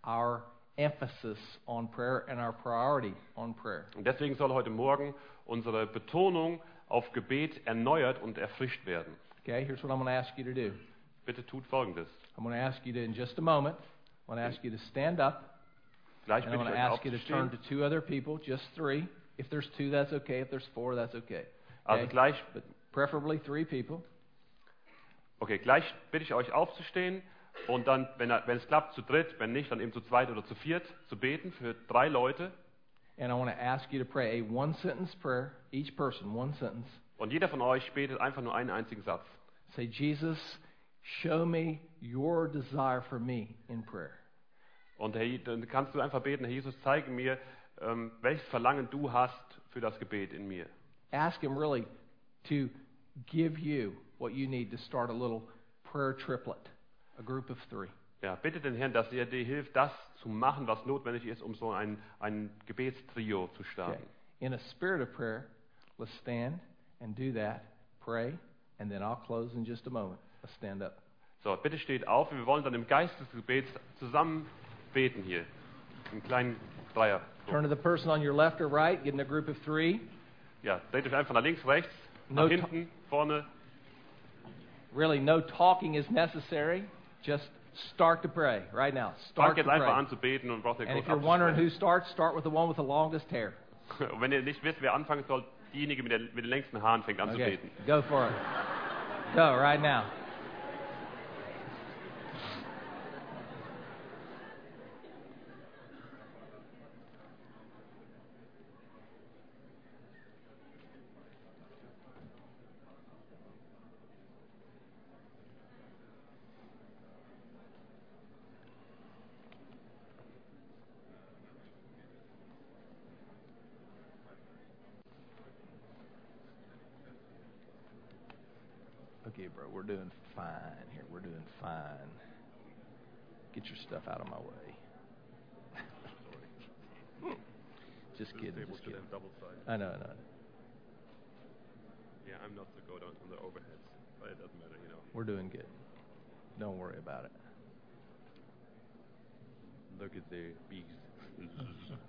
[SPEAKER 1] our emphasis on prayer and our priority on prayer.
[SPEAKER 2] Und deswegen soll heute Morgen unsere Betonung auf Gebet erneuert und erfrischt werden.
[SPEAKER 1] Okay, here's what I'm going to ask you to do.
[SPEAKER 2] Bitte tut Folgendes.
[SPEAKER 1] I'm going to ask you to, in just a moment, I'm going to ask you to stand up,
[SPEAKER 2] Gleich
[SPEAKER 1] and I'm
[SPEAKER 2] bitte
[SPEAKER 1] going to
[SPEAKER 2] ich euch
[SPEAKER 1] ask you to turn to
[SPEAKER 2] aufzustehen.
[SPEAKER 1] two other people, just three. If there's two, that's okay. If there's four, that's okay.
[SPEAKER 2] Also gleich,
[SPEAKER 1] Preferably three people.
[SPEAKER 2] okay, gleich bitte ich euch aufzustehen und dann, wenn, er- wenn es klappt, zu dritt, wenn nicht, dann eben zu zweit oder zu viert zu beten für drei Leute.
[SPEAKER 1] And I want to ask you to pray a one sentence prayer, each person, one sentence.
[SPEAKER 2] Und jeder von euch betet einfach nur einen einzigen Satz.
[SPEAKER 1] Say, Jesus, show me your desire for me in prayer.
[SPEAKER 2] Und Herr, Je- dann kannst du einfach beten, Herr Jesus, zeige mir ähm, welches Verlangen du hast für das Gebet in mir.
[SPEAKER 1] Ask Him really to give you what you need to start a little prayer triplet, a group of three.
[SPEAKER 2] Ja, bitte den Herrn, dass er dir hilft, das zu machen, was notwendig ist, um so ein, ein Gebetstrio zu
[SPEAKER 1] Okay.
[SPEAKER 2] starten.
[SPEAKER 1] In a spirit of prayer, let's stand and do that. Pray, and then I'll close in just a moment. Let's stand up.
[SPEAKER 2] So, bitte steht auf, wir wollen dann im Geist des Gebets zusammen beten hier. Im kleinen Dreier.
[SPEAKER 1] Turn to the person on your left or right, get in a group of three.
[SPEAKER 2] Ja, dreht euch einfach nach links, rechts,
[SPEAKER 1] No
[SPEAKER 2] nach hinten, vorne.
[SPEAKER 1] Really, no talking is necessary. Just start to pray right now.
[SPEAKER 2] Fangt
[SPEAKER 1] Start to
[SPEAKER 2] jetzt einfach
[SPEAKER 1] pray.
[SPEAKER 2] an zu beten und braucht ihr
[SPEAKER 1] And
[SPEAKER 2] groß
[SPEAKER 1] if you're wondering who
[SPEAKER 2] abzusprechen.
[SPEAKER 1] starts, start with the one with the longest hair.
[SPEAKER 2] Und (laughs) wenn ihr nicht wisst, wer anfangen soll, diejenige mit, der, mit den längsten Haaren fängt an zu
[SPEAKER 1] Okay,
[SPEAKER 2] beten.
[SPEAKER 1] go for it. Go right now. Okay, bro, we're doing fine here. We're doing fine. Get your stuff out of my way. (laughs) just kidding. Just kidding. I know, I know.
[SPEAKER 2] Yeah, I'm not so good on, on the overheads, but it doesn't matter, you know.
[SPEAKER 1] We're doing good. Don't worry about it.
[SPEAKER 2] Look at the beaks.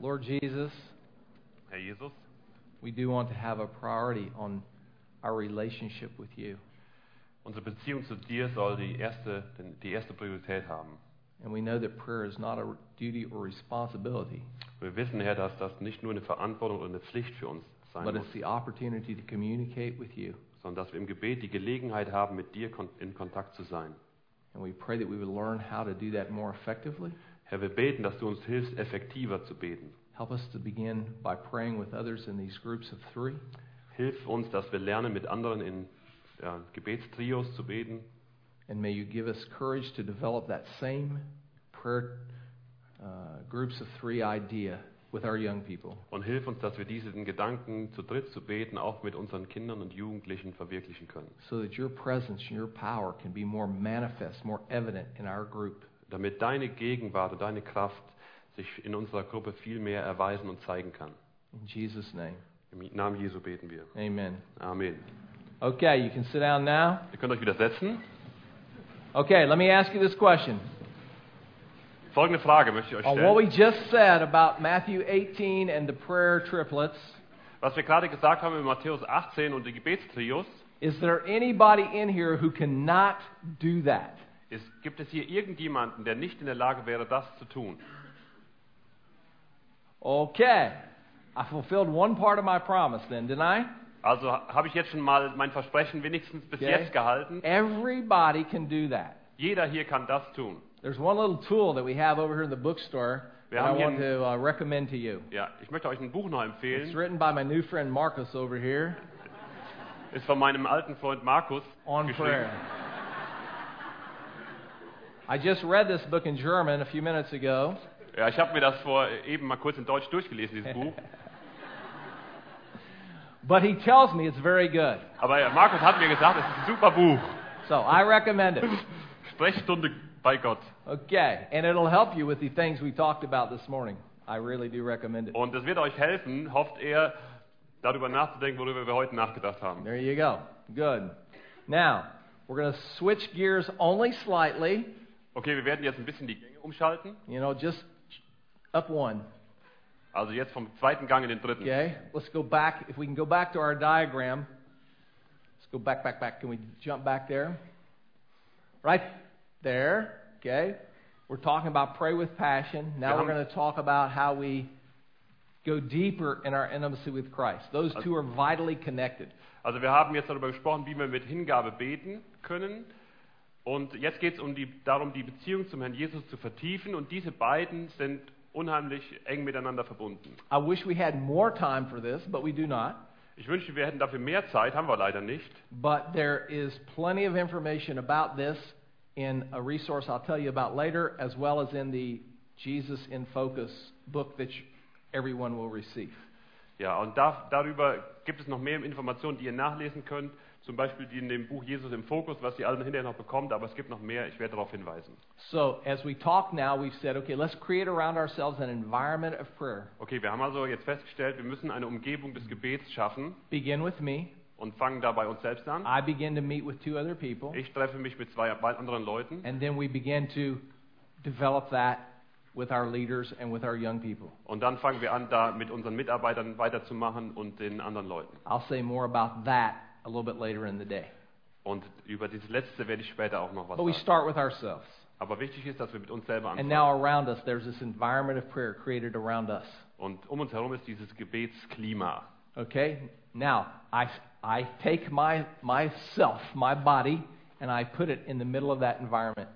[SPEAKER 1] Lord Jesus,
[SPEAKER 2] Herr Jesus,
[SPEAKER 1] we do want to have a priority on our relationship with you.
[SPEAKER 2] unsere Beziehung zu dir soll die erste, den- die erste Priorität haben.
[SPEAKER 1] And we know that prayer is not a duty or responsibility,
[SPEAKER 2] Wir wissen, Herr, dass das nicht nur eine Verantwortung oder eine Pflicht für uns sein
[SPEAKER 1] but
[SPEAKER 2] muss,
[SPEAKER 1] it's the opportunity to communicate with you.
[SPEAKER 2] sondern dass wir im Gebet die Gelegenheit haben, mit dir kon in Kontakt zu sein.
[SPEAKER 1] And we pray that we would learn how to do that more effectively.
[SPEAKER 2] Herr, wir beten, dass du uns hilfst, effektiver zu beten.
[SPEAKER 1] Help us to begin by praying with others in these groups of three.
[SPEAKER 2] Hilf uns, dass wir lernen, mit anderen in ja, Gebetstrios zu beten.
[SPEAKER 1] And may you give us courage to develop that same prayer uh, groups of three idea with our young people.
[SPEAKER 2] Und hilf uns, dass wir diesen Gedanken zu dritt zu beten auch mit unseren Kindern und Jugendlichen verwirklichen können,
[SPEAKER 1] so that your presence and your power can be more manifest, more evident in our group.
[SPEAKER 2] damit deine Gegenwart und deine Kraft sich in unserer Gruppe viel mehr erweisen und zeigen kann.
[SPEAKER 1] In Jesus' name,
[SPEAKER 2] Im Namen Jesu beten wir.
[SPEAKER 1] amen.
[SPEAKER 2] Amen.
[SPEAKER 1] Okay, you can sit down now.
[SPEAKER 2] Ihr könnt euch wieder setzen.
[SPEAKER 1] Okay, let me ask you this question.
[SPEAKER 2] Folgende Frage möchte ich euch
[SPEAKER 1] On Uh, what we
[SPEAKER 2] stellen.
[SPEAKER 1] just said about Matthew 18 and the prayer triplets,
[SPEAKER 2] Was wir gerade gesagt haben in Matthäus 18 und die Gebetstrios,
[SPEAKER 1] is there anybody in here who cannot do that?
[SPEAKER 2] ist, gibt es hier irgendjemanden, der nicht in der Lage wäre, das zu tun?
[SPEAKER 1] Okay, I fulfilled one part of my promise then, didn't I?
[SPEAKER 2] Also ha- habe ich jetzt schon mal mein Versprechen wenigstens bis
[SPEAKER 1] Okay.
[SPEAKER 2] jetzt gehalten.
[SPEAKER 1] Everybody can do that.
[SPEAKER 2] Jeder hier kann das tun.
[SPEAKER 1] There's one little tool that we have over here in the bookstore
[SPEAKER 2] Wir
[SPEAKER 1] that I
[SPEAKER 2] haben hier
[SPEAKER 1] want
[SPEAKER 2] ein-
[SPEAKER 1] to uh, recommend to you.
[SPEAKER 2] Ja, ich möchte euch ein Buch noch
[SPEAKER 1] It's
[SPEAKER 2] empfehlen.
[SPEAKER 1] written by my new friend Marcus over here
[SPEAKER 2] Ist von meinem alten Freund Markus.
[SPEAKER 1] on
[SPEAKER 2] geschrieben.
[SPEAKER 1] prayer. I just read this book in German a few minutes ago,
[SPEAKER 2] Ja, ich habe mir das vor eben mal kurz in Deutsch
[SPEAKER 1] (laughs)
[SPEAKER 2] durchgelesen, dieses Buch.
[SPEAKER 1] but he tells me it's very good.
[SPEAKER 2] Aber äh, Markus hat mir gesagt, es ist ein super Buch.
[SPEAKER 1] So I recommend it.
[SPEAKER 2] Sprechstunde bei Gott.
[SPEAKER 1] Okay, and it'll help you with the things we talked about this morning. I really do recommend it.
[SPEAKER 2] Und es wird euch helfen, hofft er, darüber nachzudenken, worüber wir heute nachgedacht haben.
[SPEAKER 1] There you go. Good. Now, we're going to switch gears only slightly,
[SPEAKER 2] Okay, wir werden jetzt ein bisschen die Gänge umschalten.
[SPEAKER 1] you know, just up one.
[SPEAKER 2] Also jetzt vom zweiten Gang in den dritten.
[SPEAKER 1] Okay, let's go back. If we can go back to our diagram, let's go back, back, back. Can we jump back there? Right there. Okay. We're talking about pray with passion. Now
[SPEAKER 2] Wir
[SPEAKER 1] we're
[SPEAKER 2] haben-
[SPEAKER 1] going to talk about how we go deeper in our intimacy with Christ. Those two are vitally connected.
[SPEAKER 2] Also wir haben jetzt darüber gesprochen, wie wir mit Hingabe beten können. Und jetzt geht es um die, darum, die Beziehung zum Herrn Jesus zu vertiefen. Und diese beiden sind unheimlich eng miteinander verbunden.
[SPEAKER 1] I wish we had more time for this, but we do not.
[SPEAKER 2] Ich wünschte, wir hätten dafür mehr Zeit, haben wir leider nicht.
[SPEAKER 1] But there is plenty of information about this in a resource I'll tell you about later, as well as in the Jesus in Focus book that you- everyone will receive.
[SPEAKER 2] Ja, und da, darüber gibt es noch mehr Informationen, die ihr nachlesen könnt. Zum Beispiel die in dem Buch Jesus im Fokus, was ihr alle hinterher noch bekommt. Aber es gibt noch mehr, ich werde darauf hinweisen.
[SPEAKER 1] So, as we talk now, we've said, okay, let's create around ourselves an environment of prayer.
[SPEAKER 2] Okay, wir haben also jetzt festgestellt, wir müssen eine Umgebung des Gebets schaffen
[SPEAKER 1] Begin with me.
[SPEAKER 2] und fangen da bei uns selbst an.
[SPEAKER 1] I begin to meet with two other people,
[SPEAKER 2] Ich treffe mich mit zwei anderen Leuten.
[SPEAKER 1] and then we begin to develop that with our leaders and with our young people.
[SPEAKER 2] Und dann fangen wir an, da mit unseren Mitarbeitern weiterzumachen und den anderen Leuten.
[SPEAKER 1] I'll say more about that a little bit later in the day.
[SPEAKER 2] Und über dieses Letzte werde ich später auch noch was
[SPEAKER 1] But we
[SPEAKER 2] sagen.
[SPEAKER 1] start with ourselves.
[SPEAKER 2] Aber wichtig ist, dass wir mit uns selber
[SPEAKER 1] And
[SPEAKER 2] anfangen.
[SPEAKER 1] now around us, there's this environment of prayer created around us.
[SPEAKER 2] Und um uns herum ist dieses Gebetsklima.
[SPEAKER 1] Okay? Now, I, I take my, myself, my body, and I put it in the middle of that environment.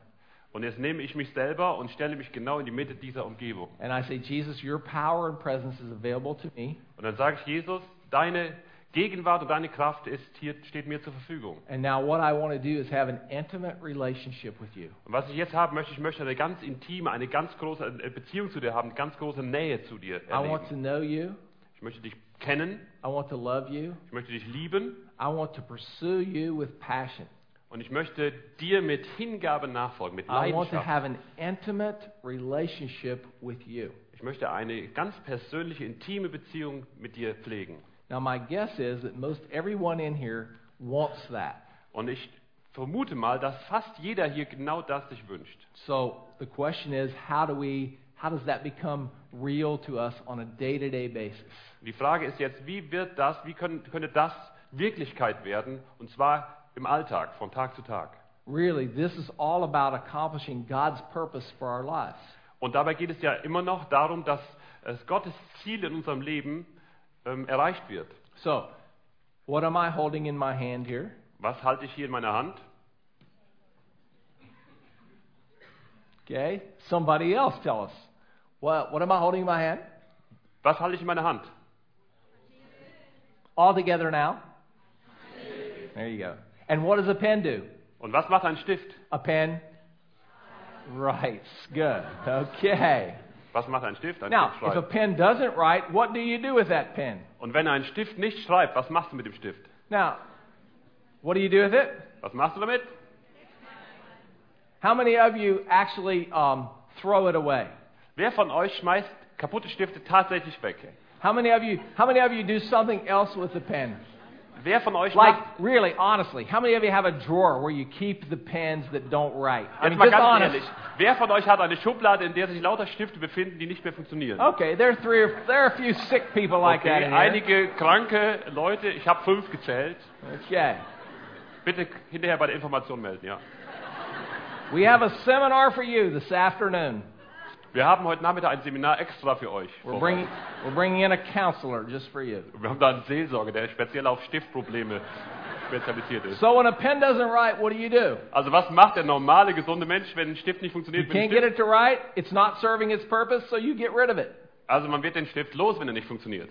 [SPEAKER 2] Und jetzt nehme ich mich selber und stelle mich genau in die Mitte dieser Umgebung.
[SPEAKER 1] And I say, Jesus, your power and presence is available to me.
[SPEAKER 2] Und dann sage ich, Jesus, deine Gegenwart und deine Kraft ist hier, steht mir zur Verfügung.
[SPEAKER 1] And now what I want to do is have an intimate relationship with you.
[SPEAKER 2] Und was ich jetzt haben möchte, ich möchte eine ganz intime, eine ganz große äh, Beziehung zu dir haben, eine ganz große Nähe zu dir
[SPEAKER 1] I want
[SPEAKER 2] erleben.
[SPEAKER 1] to know you.
[SPEAKER 2] Ich möchte dich kennen,
[SPEAKER 1] I want to love you.
[SPEAKER 2] ich möchte dich lieben
[SPEAKER 1] I want to pursue you with passion.
[SPEAKER 2] Und ich möchte dir mit Hingabe nachfolgen, mit
[SPEAKER 1] I want to
[SPEAKER 2] Leidenschaft.
[SPEAKER 1] have an intimate relationship with you.
[SPEAKER 2] Ich möchte eine ganz persönliche, intime Beziehung mit dir pflegen.
[SPEAKER 1] Now, my guess is that most everyone in here wants that.
[SPEAKER 2] Und ich vermute mal, dass fast jeder hier genau das sich wünscht.
[SPEAKER 1] So the question is, how do we, how does that become real to us on a day-to-day basis?
[SPEAKER 2] Und die Frage ist jetzt, wie wird das, wie können, könnte das Wirklichkeit werden? Und zwar im Alltag, von Tag zu Tag.
[SPEAKER 1] Really, this is all about accomplishing God's purpose for our lives.
[SPEAKER 2] Und dabei geht es ja immer noch darum, dass es Gottes Ziel in unserem Leben ähm, erreicht wird.
[SPEAKER 1] So, what am I holding in my hand here?
[SPEAKER 2] Was halte ich hier in meiner Hand?
[SPEAKER 1] Okay, somebody else tell us. What, what am I holding in my hand?
[SPEAKER 2] Was halte ich in meiner Hand?
[SPEAKER 1] All together now. There you go. And what does a pen do?
[SPEAKER 2] Und was macht ein Stift?
[SPEAKER 1] A pen writes. Good. Okay.
[SPEAKER 2] Was macht ein Stift? Ein
[SPEAKER 1] Now,
[SPEAKER 2] Stift
[SPEAKER 1] if a
[SPEAKER 2] schreibt.
[SPEAKER 1] pen doesn't write, what do you do with that pen?
[SPEAKER 2] Und wenn ein Stift nicht schreibt, was machst du mit dem Stift?
[SPEAKER 1] Now, what do you do with it?
[SPEAKER 2] Was machst du damit?
[SPEAKER 1] How many of you actually um, throw it away?
[SPEAKER 2] Wer von euch schmeißt kaputte Stifte tatsächlich weg?
[SPEAKER 1] How many of you? How many of you do something else with the pen?
[SPEAKER 2] Wer von euch
[SPEAKER 1] Like
[SPEAKER 2] macht
[SPEAKER 1] really, honestly, how many of you have a drawer where you keep the pens that don't write? I mean,
[SPEAKER 2] Jetzt mal
[SPEAKER 1] just
[SPEAKER 2] ganz
[SPEAKER 1] honest.
[SPEAKER 2] ehrlich, wer von euch hat eine Schublade, in der sich lauter Stifte befinden, die nicht mehr funktionieren?
[SPEAKER 1] Okay, there are three. Or, there are a few sick people like
[SPEAKER 2] Okay,
[SPEAKER 1] that in here.
[SPEAKER 2] einige kranke Leute, ich habe fünf gezählt.
[SPEAKER 1] Okay,
[SPEAKER 2] Bitte hinterher bei der Information melden, ja.
[SPEAKER 1] we have a seminar for you this afternoon.
[SPEAKER 2] Wir haben heute Nachmittag ein Seminar extra für euch.
[SPEAKER 1] We're bringing we're bringing in a counselor just for you.
[SPEAKER 2] Wir haben da einen Seelsorger, der speziell auf Stiftprobleme spezialisiert ist.
[SPEAKER 1] So when a pen doesn't write, what do you do?
[SPEAKER 2] Also was macht der normale, gesunde Mensch, wenn ein Stift nicht
[SPEAKER 1] You
[SPEAKER 2] funktioniert? Wenn ein
[SPEAKER 1] can't
[SPEAKER 2] Stift
[SPEAKER 1] get it to write. It's not serving its purpose, so you get rid of it.
[SPEAKER 2] Also man wird den Stift los, wenn er nicht funktioniert.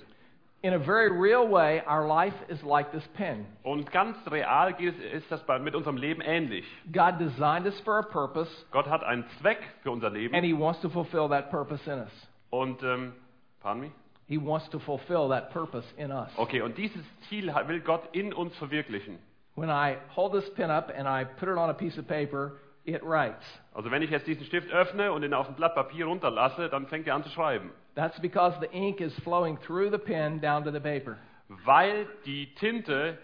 [SPEAKER 1] In a very real way, our life is like this pen.
[SPEAKER 2] Und ganz real geht es- ist das bei- mit unserem Leben ähnlich.
[SPEAKER 1] God designed us for a purpose,
[SPEAKER 2] Gott hat einen Zweck für unser
[SPEAKER 1] and
[SPEAKER 2] Leben
[SPEAKER 1] He wants to fulfill that purpose in us.
[SPEAKER 2] und ähm, pardon me?
[SPEAKER 1] He wants to fulfill that purpose in us.
[SPEAKER 2] Okay, und dieses Ziel ha- will Gott in uns verwirklichen.
[SPEAKER 1] When I hold this pen up and I put it on a piece of paper, it writes.
[SPEAKER 2] Also wenn ich jetzt diesen Stift öffne und ihn auf ein Blatt Papier runterlasse, dann fängt er an zu schreiben,
[SPEAKER 1] That's because the ink is flowing through the pen down to the paper.
[SPEAKER 2] weil die Tinte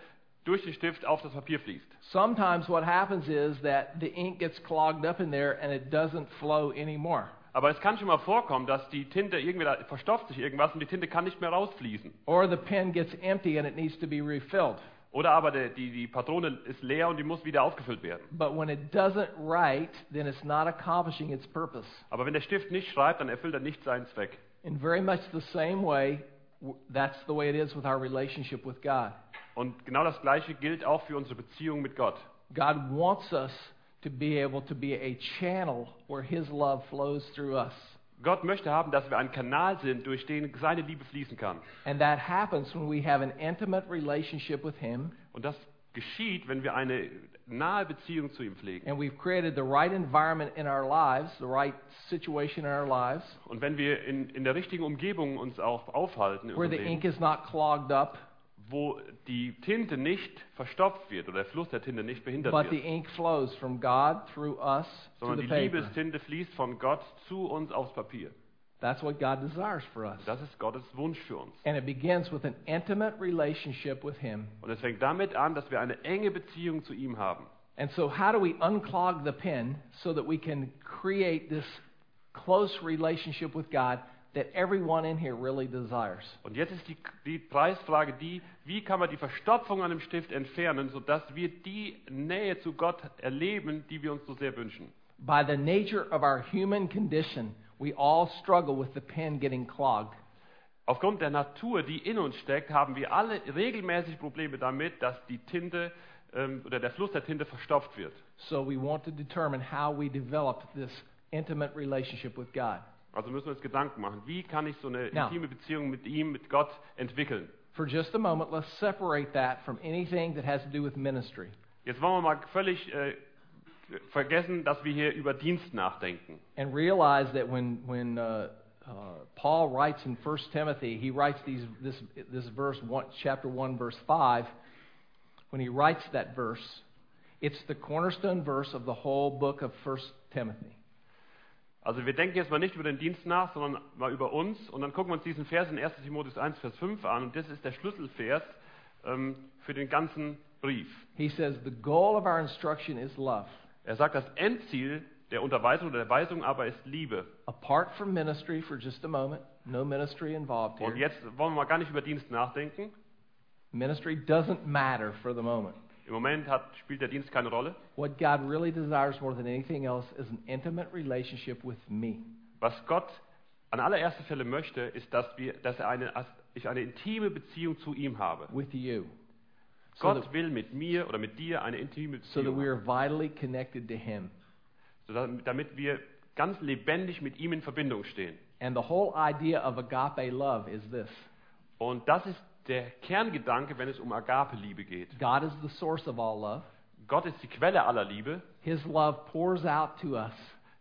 [SPEAKER 2] durch den Stift auf das Papier fließt.
[SPEAKER 1] Sometimes what happens is that the ink gets clogged up in there and it doesn't flow anymore.
[SPEAKER 2] Aber es kann schon mal vorkommen, dass die Tinte irgendwie da verstopft sich irgendwas und die Tinte kann nicht mehr rausfließen
[SPEAKER 1] Or the pen gets empty and it needs to be refilled.
[SPEAKER 2] Oder aber der, die, die Patrone ist leer und die muss wieder aufgefüllt werden.
[SPEAKER 1] But when it doesn't write, then it's not accomplishing its purpose.
[SPEAKER 2] Aber wenn der Stift nicht schreibt, dann erfüllt er nicht seinen Zweck.
[SPEAKER 1] In very much the same way, w- that's the way it is with our relationship with God.
[SPEAKER 2] Und genau das Gleiche gilt auch für unsere Beziehung mit Gott.
[SPEAKER 1] God wants us to be able to be a channel where His love flows through us.
[SPEAKER 2] Gott möchte haben, dass wir ein Kanal sind, durch den seine Liebe fließen kann.
[SPEAKER 1] And that happens when we have an intimate relationship with Him
[SPEAKER 2] Und das geschieht, wenn wir eine nahe Beziehung zu ihm pflegen.
[SPEAKER 1] and we've created the right environment in our lives, the right situation in our lives,
[SPEAKER 2] Und wenn wir in, in der richtigen Umgebung uns auch aufhalten, in
[SPEAKER 1] where
[SPEAKER 2] unserem
[SPEAKER 1] the ink
[SPEAKER 2] Leben,
[SPEAKER 1] is not clogged up,
[SPEAKER 2] wo die Tinte nicht verstopft wird oder der Fluss der Tinte nicht behindert
[SPEAKER 1] but the
[SPEAKER 2] wird,
[SPEAKER 1] ink flows from God through us to
[SPEAKER 2] sondern
[SPEAKER 1] the
[SPEAKER 2] die
[SPEAKER 1] paper.
[SPEAKER 2] Liebestinte fließt von Gott zu uns aufs Papier.
[SPEAKER 1] That's what God desires for us.
[SPEAKER 2] Das ist Gottes Wunsch für uns.
[SPEAKER 1] And it begins with an intimate relationship with Him.
[SPEAKER 2] Und es fängt damit an, dass wir eine enge Beziehung zu ihm haben.
[SPEAKER 1] And so, how do we unclog the pen so that we can create this close relationship with God that everyone in here really desires?
[SPEAKER 2] Und jetzt ist die, die Preisfrage die, wie kann man die Verstopfung an dem Stift entfernen, sodass wir die Nähe zu Gott erleben, die wir uns so sehr wünschen.
[SPEAKER 1] By the nature of our human condition, we all struggle with the pen getting clogged.
[SPEAKER 2] Aufgrund der Natur, die in uns steckt, haben wir alle regelmäßig Probleme damit, dass die Tinte ähm, oder der Fluss der Tinte verstopft wird.
[SPEAKER 1] So, we want to determine how we develop this intimate relationship with God.
[SPEAKER 2] Also müssen wir uns Gedanken machen, wie kann ich so eine
[SPEAKER 1] Ja.
[SPEAKER 2] intime Beziehung mit ihm, mit Gott entwickeln.
[SPEAKER 1] For just a moment, let's separate that from anything that has to do with ministry.
[SPEAKER 2] Jetzt wollen wir mal völlig äh, vergessen, dass wir hier über Dienst nachdenken.
[SPEAKER 1] and realize that when when uh, uh, Paul writes in 1 Timothy, he writes these this this verse one, chapter one verse five. When he writes that verse, it's the cornerstone verse of the whole book of 1 Timothy.
[SPEAKER 2] Also wir denken jetzt mal nicht über den Dienst nach, sondern mal über uns. Und dann gucken wir uns diesen Vers in 1 Timotheus 1, Vers 5 an. Und das ist der Schlüsselvers ähm, für den ganzen Brief.
[SPEAKER 1] He says the goal of our instruction is love.
[SPEAKER 2] Er sagt, das Endziel der Unterweisung oder der Weisung aber ist Liebe.
[SPEAKER 1] Apart from ministry, for just a moment, no ministry involved
[SPEAKER 2] Und
[SPEAKER 1] here.
[SPEAKER 2] jetzt wollen wir mal gar nicht über Dienst nachdenken.
[SPEAKER 1] Ministry doesn't matter for the moment.
[SPEAKER 2] Im Moment hat, spielt der Dienst keine Rolle.
[SPEAKER 1] What God really desires more than anything else is an intimate relationship with me.
[SPEAKER 2] Was Gott an allererster Stelle möchte, ist, dass, wir, dass er eine, dass ich eine intime Beziehung zu ihm habe.
[SPEAKER 1] with you. So
[SPEAKER 2] Gott
[SPEAKER 1] that-
[SPEAKER 2] will mit mir oder mit dir eine intime
[SPEAKER 1] so that
[SPEAKER 2] Beziehung,
[SPEAKER 1] we
[SPEAKER 2] haben,
[SPEAKER 1] are vitally connected to Him.
[SPEAKER 2] sodass- damit wir ganz lebendig mit ihm in Verbindung stehen.
[SPEAKER 1] And the whole idea of agape love is this
[SPEAKER 2] Und das ist der Kerngedanke, wenn es um Agape-Liebe geht.
[SPEAKER 1] God is the source of all love.
[SPEAKER 2] Gott ist die Quelle aller Liebe.
[SPEAKER 1] His love pours out to us.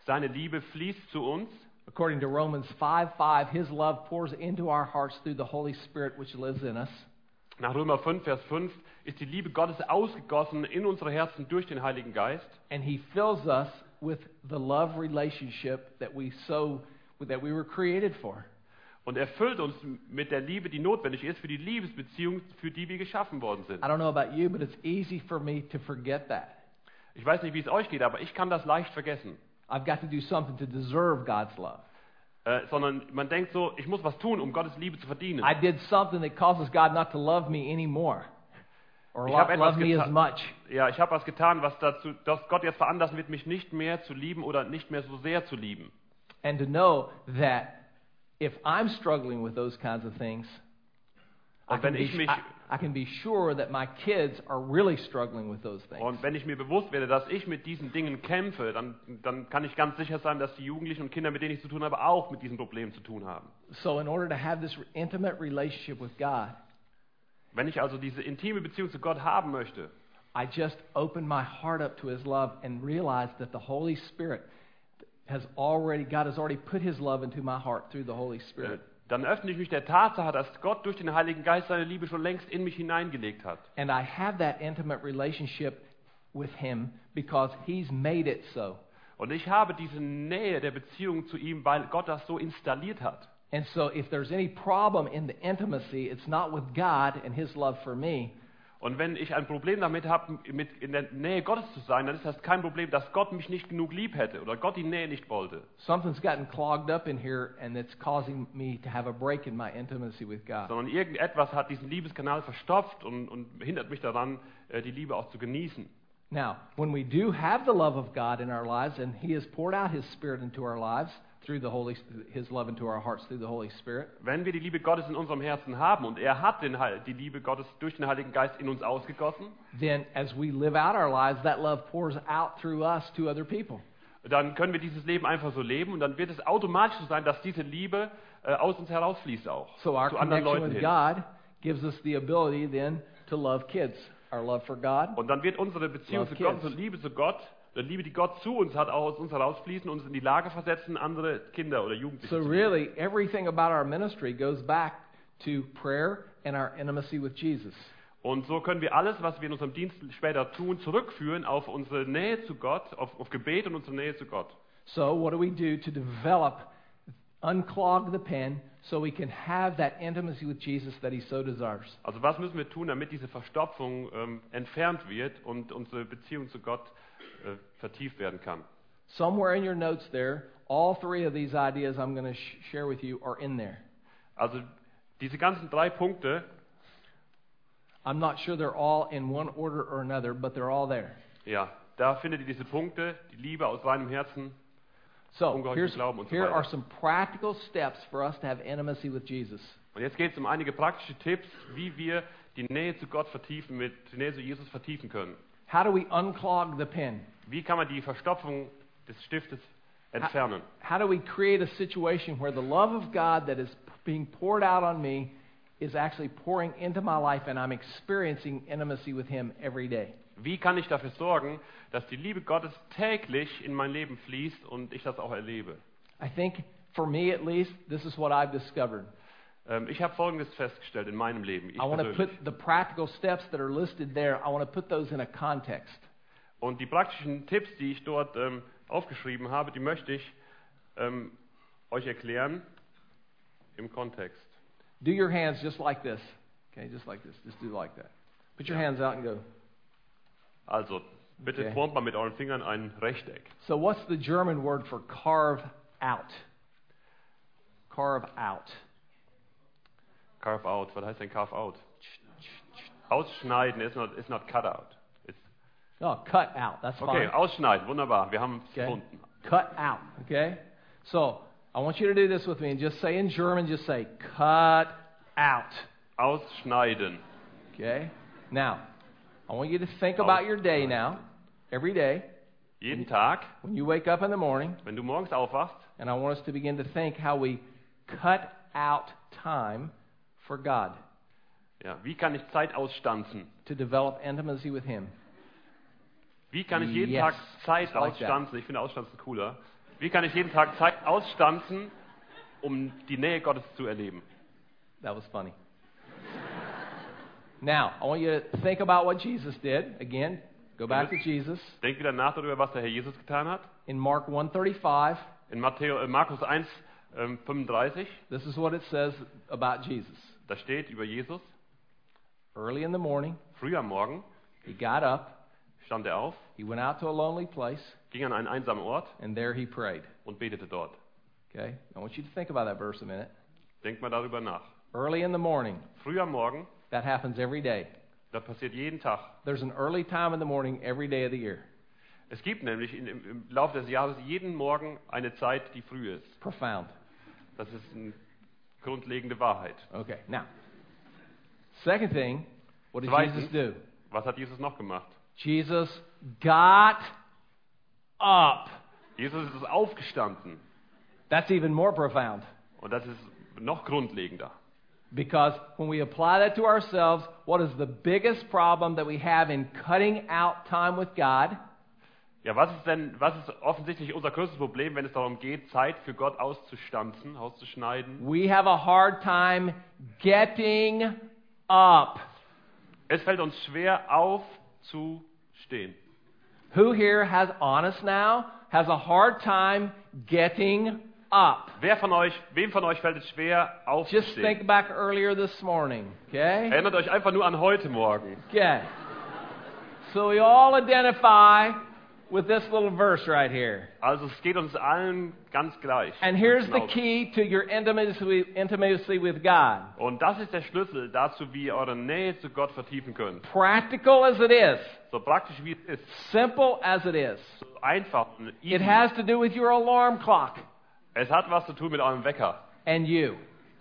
[SPEAKER 2] Seine Liebe fließt zu uns.
[SPEAKER 1] According to Romans 5 5, His love pours into our hearts through the Holy Spirit which lives in us.
[SPEAKER 2] Nach Römer 5, Vers 5 ist die Liebe Gottes ausgegossen in unsere Herzen durch den Heiligen Geist.
[SPEAKER 1] And He fills us with the love relationship that we so that we were created for.
[SPEAKER 2] Und erfüllt uns mit der Liebe, die notwendig ist für die Liebesbeziehung, für die wir geschaffen worden sind.
[SPEAKER 1] I don't know about you, but it's easy for me to forget that.
[SPEAKER 2] Ich weiß nicht, wie es euch geht, aber ich kann das leicht vergessen.
[SPEAKER 1] I've got to do something to deserve God's love.
[SPEAKER 2] Äh, sondern man denkt so, ich muss was tun, um Gottes Liebe zu verdienen.
[SPEAKER 1] I did something that causes God not to love me anymore or
[SPEAKER 2] Ich
[SPEAKER 1] lo-
[SPEAKER 2] hab etwas
[SPEAKER 1] love me
[SPEAKER 2] geta-
[SPEAKER 1] as much.
[SPEAKER 2] Ja, ich habe was getan, was dazu, dass Gott jetzt veranlassen wird, mich nicht mehr zu lieben oder nicht mehr so sehr zu lieben.
[SPEAKER 1] And to know that if I'm struggling with those kinds of things, I
[SPEAKER 2] Und
[SPEAKER 1] can,
[SPEAKER 2] wenn
[SPEAKER 1] be,
[SPEAKER 2] ich mich
[SPEAKER 1] I, I can be sure that my kids are really struggling with those things.
[SPEAKER 2] und wenn ich mir bewusst werde, dass ich mit diesen Dingen kämpfe, dann, dann kann ich ganz sicher sein, dass die Jugendlichen und Kinder, mit denen ich zu tun habe, auch mit diesen Problemen zu tun haben.
[SPEAKER 1] So, in order to have this intimate relationship with God,
[SPEAKER 2] Wenn ich also diese intime Beziehung zu Gott haben möchte,
[SPEAKER 1] I just open my heart up to His love and realize that the Holy Spirit has already, God has already put His love into my heart through the Holy
[SPEAKER 2] äh,
[SPEAKER 1] Spirit.
[SPEAKER 2] dann öffne ich mich der Tatsache, dass Gott durch den Heiligen Geist seine Liebe schon längst in mich hineingelegt hat.
[SPEAKER 1] And I have that intimate relationship with Him because He's made it so.
[SPEAKER 2] Und ich habe diese Nähe der Beziehung zu ihm, weil Gott das so installiert hat.
[SPEAKER 1] And so, if there's any problem in the intimacy, it's not with God and His love for me,
[SPEAKER 2] Und wenn ich ein Problem damit habe, mit in der Nähe Gottes zu sein, dann ist das kein Problem, dass Gott mich nicht genug lieb hätte oder Gott die Nähe nicht wollte.
[SPEAKER 1] Something's gotten clogged up in here, and it's causing me to have a break in my intimacy with God.
[SPEAKER 2] Sondern irgendetwas hat diesen Liebeskanal verstopft und, und hindert mich daran, äh, die Liebe auch zu genießen.
[SPEAKER 1] Now, when we do have the love of God in our lives, and He has poured out His Spirit into our lives through the Holy, His love into our hearts through the Holy Spirit,
[SPEAKER 2] Wenn wir die Liebe Gottes in unserem Herzen haben und er hat den, Heil- die Liebe Gottes durch den Heiligen Geist in uns ausgegossen,
[SPEAKER 1] then as we live out our lives, that love pours out through us to other people.
[SPEAKER 2] dann können wir dieses Leben einfach so leben und dann wird es automatisch so sein, dass diese Liebe äh, aus uns herausfließt auch
[SPEAKER 1] So our
[SPEAKER 2] zu
[SPEAKER 1] connection
[SPEAKER 2] anderen Leuten
[SPEAKER 1] with God
[SPEAKER 2] hin.
[SPEAKER 1] gives us the ability then to love kids. Our love for God,
[SPEAKER 2] Und dann wird unsere Beziehung
[SPEAKER 1] Love
[SPEAKER 2] zu Gott,
[SPEAKER 1] kids.
[SPEAKER 2] unsere Liebe zu Gott, die Liebe, die Gott zu uns hat, auch aus uns herausfließen, uns in die Lage versetzen, andere Kinder oder Jugendliche
[SPEAKER 1] So,
[SPEAKER 2] zu
[SPEAKER 1] really, everything about our ministry goes back to prayer and our intimacy with Jesus.
[SPEAKER 2] Und so können wir alles, was wir in unserem Dienst später tun, zurückführen auf unsere Nähe zu Gott, auf, auf Gebet und unsere Nähe zu Gott.
[SPEAKER 1] So, what do we do to develop, unclog the pen so we can have that intimacy with Jesus that he so desires?
[SPEAKER 2] Also was müssen wir tun, damit diese Verstopfung ähm, entfernt wird und unsere Beziehung zu Gott äh, vertieft werden kann?
[SPEAKER 1] Somewhere in your notes there, all three of these ideas I'm going to sh- share with you are in there.
[SPEAKER 2] Also diese ganzen drei Punkte,
[SPEAKER 1] I'm not sure they're all in one order or another, but they're all there.
[SPEAKER 2] ja, da findet ihr diese Punkte, die Liebe aus reinem Herzen.
[SPEAKER 1] So,
[SPEAKER 2] Ungehorsam
[SPEAKER 1] here's,
[SPEAKER 2] Glauben und so
[SPEAKER 1] here
[SPEAKER 2] weiter.
[SPEAKER 1] are some practical steps for us to have intimacy with Jesus.
[SPEAKER 2] Und jetzt geht es um einige praktische Tipps, wie wir die Nähe zu Gott vertiefen, mit die Nähe zu Jesus vertiefen können.
[SPEAKER 1] How do we unclog the pen?
[SPEAKER 2] Wie kann man die Verstopfung des Stiftes entfernen?
[SPEAKER 1] How do we create a situation where the love of God that is being poured out on me is actually pouring into my life and I'm experiencing intimacy with Him every day?
[SPEAKER 2] Wie kann ich dafür sorgen, dass die Liebe Gottes täglich in mein Leben fließt und ich das auch erlebe?
[SPEAKER 1] I think, for me at least, this is what I've discovered.
[SPEAKER 2] Ähm, ich habe Folgendes festgestellt in meinem Leben. Ich
[SPEAKER 1] I want to
[SPEAKER 2] persönlich.
[SPEAKER 1] put the practical steps that are listed there, I want to put those in a context.
[SPEAKER 2] Und die praktischen Tipps, die ich dort ähm, aufgeschrieben habe, die möchte ich ähm, euch erklären im Kontext.
[SPEAKER 1] Do your hands just like this. Okay, just like this. Just do like that. Put your hands out and go.
[SPEAKER 2] Also, bitte
[SPEAKER 1] Okay.
[SPEAKER 2] formt mal mit euren Fingern ein Rechteck.
[SPEAKER 1] So, what's the German word for carve out? Carve out.
[SPEAKER 2] Carve out. Was heißt denn carve out? Ausschneiden ist not, is not cut out. It's,
[SPEAKER 1] Oh, cut out. That's
[SPEAKER 2] okay,
[SPEAKER 1] fine.
[SPEAKER 2] ausschneiden. Wunderbar. Wir haben es
[SPEAKER 1] Okay.
[SPEAKER 2] gefunden.
[SPEAKER 1] Cut out. Okay? So, I want you to do this with me and just say in German, just say, cut out.
[SPEAKER 2] Ausschneiden.
[SPEAKER 1] Okay? Now, I want you to think about your day now, every day,
[SPEAKER 2] Jeden Tag,
[SPEAKER 1] when you wake up in the morning,
[SPEAKER 2] wenn du morgens aufwachst,
[SPEAKER 1] and I want us to begin to think how we cut out time for God
[SPEAKER 2] ja, wie kann ich Zeit ausstanzen?
[SPEAKER 1] to develop intimacy with Him.
[SPEAKER 2] Wie kann ich jeden
[SPEAKER 1] Yes.
[SPEAKER 2] Tag Zeit
[SPEAKER 1] Just like
[SPEAKER 2] ausstanzen? Ich finde Ausstanzen cooler. Wie kann ich jeden Tag Zeit ausstanzen, um die Nähe Gottes zu erleben?
[SPEAKER 1] That was funny. (laughs) Now, I want you to think about what Jesus did. Again, go back to Jesus.
[SPEAKER 2] Denk wieder nach darüber, was der Herr Jesus getan hat.
[SPEAKER 1] In Mark 135,
[SPEAKER 2] In Matthäus, äh, Markus 1, ähm, 35,
[SPEAKER 1] this is what it says about Jesus.
[SPEAKER 2] da steht über Jesus,
[SPEAKER 1] Early in the morning,
[SPEAKER 2] früh am Morgen
[SPEAKER 1] he got up,
[SPEAKER 2] stand er auf,
[SPEAKER 1] he went out to a lonely place,
[SPEAKER 2] ging an einen einsamen Ort
[SPEAKER 1] and there he prayed.
[SPEAKER 2] und betete dort.
[SPEAKER 1] Okay? I want you to think about that verse a minute.
[SPEAKER 2] Denk mal darüber nach.
[SPEAKER 1] Early in the morning,
[SPEAKER 2] Früh am Morgen,
[SPEAKER 1] that happens every day.
[SPEAKER 2] das passiert jeden Tag.
[SPEAKER 1] There's an early time in the morning every day of the year.
[SPEAKER 2] Es gibt nämlich in, im, im Laufe des Jahres jeden Morgen eine Zeit, die früh ist.
[SPEAKER 1] Profound.
[SPEAKER 2] Das ist eine grundlegende Wahrheit.
[SPEAKER 1] Okay, now, second thing, what did Jesus
[SPEAKER 2] Zweitens.
[SPEAKER 1] do?
[SPEAKER 2] Was hat Jesus noch gemacht?
[SPEAKER 1] Jesus got up.
[SPEAKER 2] Jesus ist aufgestanden.
[SPEAKER 1] That's even more profound
[SPEAKER 2] Und das ist noch grundlegender.
[SPEAKER 1] because when we apply that to ourselves, what is the biggest problem that we have in cutting out time with God?
[SPEAKER 2] Ja, was ist denn, was ist offensichtlich unser größtes Problem, wenn es darum geht, Zeit für Gott auszustanzen, auszuschneiden?
[SPEAKER 1] We have a hard time getting up.
[SPEAKER 2] Es fällt uns schwer, aufzustehen.
[SPEAKER 1] Who here has honest now has a hard time getting up.
[SPEAKER 2] Wer von euch, wem von euch fällt es schwer
[SPEAKER 1] Just
[SPEAKER 2] aufzustehen?
[SPEAKER 1] think back earlier this morning, okay?
[SPEAKER 2] Erinnert euch einfach nur an heute Morgen.
[SPEAKER 1] Okay. So we all identify with this little verse right here.
[SPEAKER 2] Also es geht uns allen ganz gleich.
[SPEAKER 1] And here's the
[SPEAKER 2] Genau.
[SPEAKER 1] key to your intimacy, intimacy with God.
[SPEAKER 2] Und das ist der Schlüssel dazu, wie ihr eure Nähe zu Gott vertiefen könnt.
[SPEAKER 1] Practical as it is,
[SPEAKER 2] So praktisch wie es ist,
[SPEAKER 1] simple as it is.
[SPEAKER 2] so einfach. und
[SPEAKER 1] It
[SPEAKER 2] easy.
[SPEAKER 1] has to do with your alarm clock
[SPEAKER 2] es hat was zu tun mit eurem Wecker
[SPEAKER 1] and you,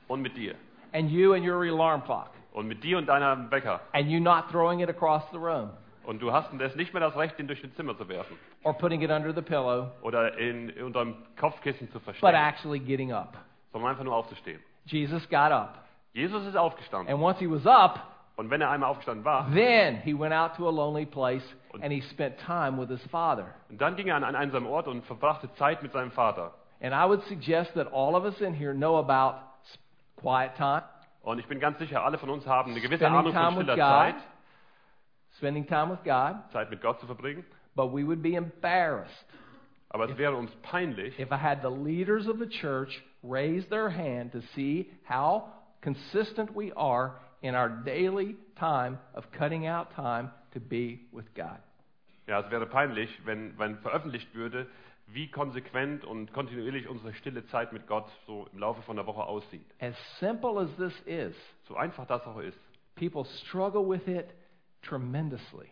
[SPEAKER 2] und mit dir.
[SPEAKER 1] and you and your alarm clock,
[SPEAKER 2] Und mit dir und deinem Wecker.
[SPEAKER 1] and you not throwing it across the room
[SPEAKER 2] Und du hast indes nicht mehr das Recht, den durch den Zimmer zu werfen
[SPEAKER 1] or putting it under the pillow,
[SPEAKER 2] oder in, unter dem Kopfkissen zu
[SPEAKER 1] but
[SPEAKER 2] verstecken,
[SPEAKER 1] actually getting up.
[SPEAKER 2] sondern einfach nur aufzustehen.
[SPEAKER 1] Jesus got up,
[SPEAKER 2] Jesus ist aufgestanden.
[SPEAKER 1] and once he was up,
[SPEAKER 2] Und wenn er einmal aufgestanden war,
[SPEAKER 1] Then he went out to a lonely place and he spent time with his father.
[SPEAKER 2] und dann ging er an einen einsamen Ort und verbrachte Zeit mit seinem Vater.
[SPEAKER 1] And I would suggest that all of us in here know about s- quiet time,
[SPEAKER 2] Und ich bin ganz sicher, alle von uns haben eine gewisse
[SPEAKER 1] spending
[SPEAKER 2] Ahnung von
[SPEAKER 1] time with
[SPEAKER 2] stiller
[SPEAKER 1] God,
[SPEAKER 2] Zeit,
[SPEAKER 1] spending time with God,
[SPEAKER 2] Zeit mit Gott zu verbringen.
[SPEAKER 1] but we would be embarrassed
[SPEAKER 2] Aber es wäre uns peinlich,
[SPEAKER 1] if I had the leaders of the church raise their hand to see how consistent we are in our daily time of cutting out time to be with God.
[SPEAKER 2] ja, es wäre peinlich, wenn, wenn veröffentlicht würde, wie konsequent und kontinuierlich unsere stille Zeit mit Gott so im Laufe von der Woche aussieht.
[SPEAKER 1] As simple as this is,
[SPEAKER 2] So einfach das auch ist.
[SPEAKER 1] people struggle with it tremendously.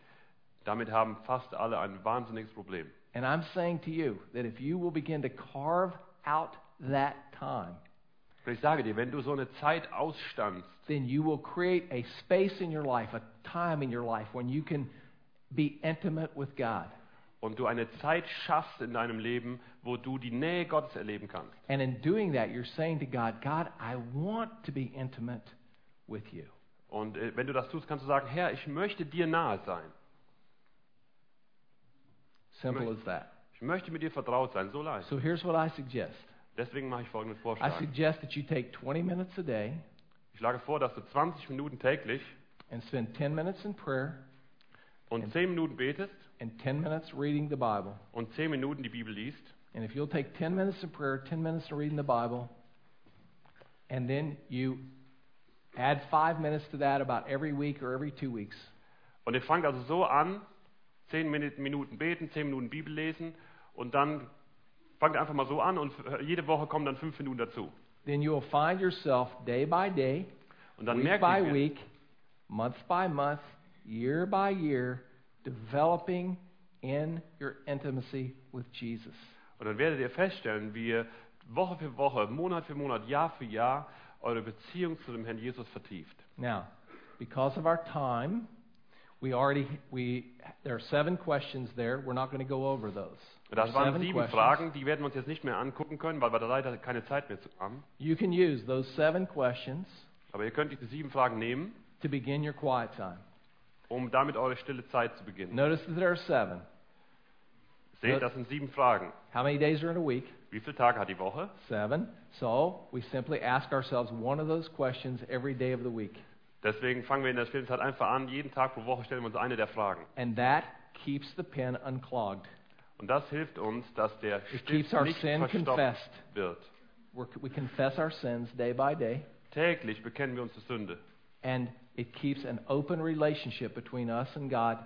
[SPEAKER 2] Damit haben fast alle ein wahnsinniges Problem.
[SPEAKER 1] And I'm saying to you that if you will begin to carve out that time,
[SPEAKER 2] Und ich sage dir, wenn du so eine Zeit ausstandst,
[SPEAKER 1] then you will create a space in your life, a time in your life when you can be intimate with God.
[SPEAKER 2] und du eine Zeit schaffst in deinem Leben, wo du die Nähe Gottes erleben kannst.
[SPEAKER 1] And in doing that, you're saying to God, God, I want to be intimate with you.
[SPEAKER 2] Und äh, wenn du das tust, kannst du sagen, Herr, ich möchte dir nahe sein.
[SPEAKER 1] Simple as that.
[SPEAKER 2] Ich möchte mit dir vertraut sein, so leicht.
[SPEAKER 1] So here's what I suggest
[SPEAKER 2] Deswegen mache ich folgenden
[SPEAKER 1] I
[SPEAKER 2] Vorschlag.
[SPEAKER 1] suggest that you take 20 minutes a day
[SPEAKER 2] Ich schlage vor, dass du 20 Minuten täglich
[SPEAKER 1] and spend 10 minutes in prayer
[SPEAKER 2] und 10 Minuten betest
[SPEAKER 1] and 10 minutes reading the Bible.
[SPEAKER 2] und 10 Minuten die Bibel liest.
[SPEAKER 1] And if you'll take 10 minutes of prayer, 10 minutes of reading the Bible, and then you add five minutes to that about every week or every two weeks,
[SPEAKER 2] Und ihr fangt also so an, 10 Minu- Minuten beten, 10 Minuten Bibel lesen und dann fangt einfach mal so an und äh, jede Woche kommen dann 5 Minuten dazu.
[SPEAKER 1] then you will find yourself day by day,
[SPEAKER 2] Und dann
[SPEAKER 1] week
[SPEAKER 2] merkt
[SPEAKER 1] by
[SPEAKER 2] ihr, wie-
[SPEAKER 1] week, month by month, year by year, developing in your intimacy with Jesus.
[SPEAKER 2] und dann werdet ihr feststellen, wie ihr Woche für Woche, Monat für Monat, Jahr für Jahr eure Beziehung zu dem Herrn Jesus vertieft.
[SPEAKER 1] Now, because of our time, we already we there are seven questions there. We're not going to go over those.
[SPEAKER 2] Und das
[SPEAKER 1] There are
[SPEAKER 2] waren sieben Fragen, die werden wir uns jetzt nicht mehr angucken können, weil wir da leider keine Zeit mehr zu haben.
[SPEAKER 1] You can use those seven questions
[SPEAKER 2] Aber ihr könnt diese sieben Fragen nehmen,
[SPEAKER 1] to begin your quiet time.
[SPEAKER 2] um damit eure stille Zeit zu beginnen.
[SPEAKER 1] Notice that there are seven.
[SPEAKER 2] Seht, das sind sieben Fragen.
[SPEAKER 1] How many days are in a week?
[SPEAKER 2] Wie viele Tage hat die Woche?
[SPEAKER 1] Seven. So we simply ask ourselves one of those questions every day of the week.
[SPEAKER 2] Deswegen fangen wir in der stillen Zeit einfach an. Jeden Tag pro Woche stellen wir uns eine der Fragen.
[SPEAKER 1] And that keeps the pen unclogged.
[SPEAKER 2] Und das hilft uns, dass der
[SPEAKER 1] It
[SPEAKER 2] Stift
[SPEAKER 1] keeps our
[SPEAKER 2] nicht
[SPEAKER 1] sin
[SPEAKER 2] verstopft
[SPEAKER 1] confessed.
[SPEAKER 2] wird.
[SPEAKER 1] We're, we confess our sins day by day,
[SPEAKER 2] Täglich bekennen wir unsere Sünde.
[SPEAKER 1] and it keeps an open relationship between us and God.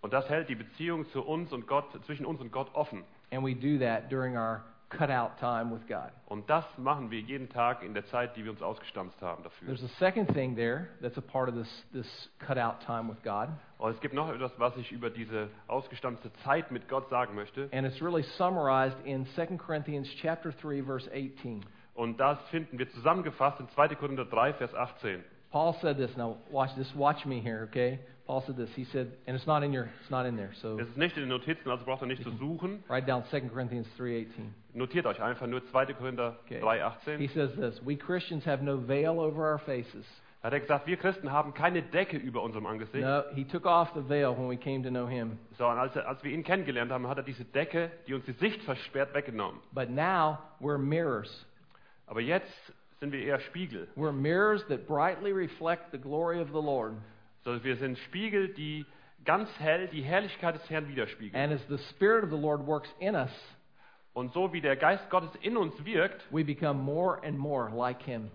[SPEAKER 2] Und das hält die Beziehung zu uns und Gott, zwischen uns und Gott offen.
[SPEAKER 1] And we do that during our cutout time with God.
[SPEAKER 2] Und das machen wir jeden Tag in der Zeit, die wir uns ausgestanzt haben dafür.
[SPEAKER 1] There's a second thing there that's a part of this, this cutout time with God.
[SPEAKER 2] Und Oh, es gibt noch etwas, was ich über diese ausgestanzte Zeit mit Gott sagen möchte.
[SPEAKER 1] And it's really summarized in 2 Corinthians chapter 3 verse 18.
[SPEAKER 2] Und das finden wir zusammengefasst in 2. Korinther 3, Vers 18.
[SPEAKER 1] Paul said this. Now watch this. Watch me here, okay? Paul said this. He said, and it's not in your, it's not in there. So
[SPEAKER 2] Es ist nicht in den Notizen, also braucht ihr nicht zu suchen.
[SPEAKER 1] write down 2 Corinthians 3:18.
[SPEAKER 2] Notiert euch einfach nur 2. Korinther
[SPEAKER 1] Okay.
[SPEAKER 2] 3,
[SPEAKER 1] He
[SPEAKER 2] 18.
[SPEAKER 1] says this. We Christians have no veil over our faces.
[SPEAKER 2] Da hat er gesagt, wir Christen haben keine Decke über unserem Angesicht,
[SPEAKER 1] No, he took off the veil when we came to know him.
[SPEAKER 2] sondern als, er, als wir ihn kennengelernt haben, hat er diese Decke, die uns die Sicht versperrt, weggenommen.
[SPEAKER 1] But now we're mirrors.
[SPEAKER 2] Aber jetzt sind wir eher Spiegel.
[SPEAKER 1] We're mirrors that brightly reflect the glory of the Lord.
[SPEAKER 2] sondern wir sind Spiegel, die ganz hell die Herrlichkeit des Herrn widerspiegeln.
[SPEAKER 1] And as the Spirit of the Lord works in us,
[SPEAKER 2] Und so wie der Geist Gottes in uns wirkt,
[SPEAKER 1] we become more and more like Him.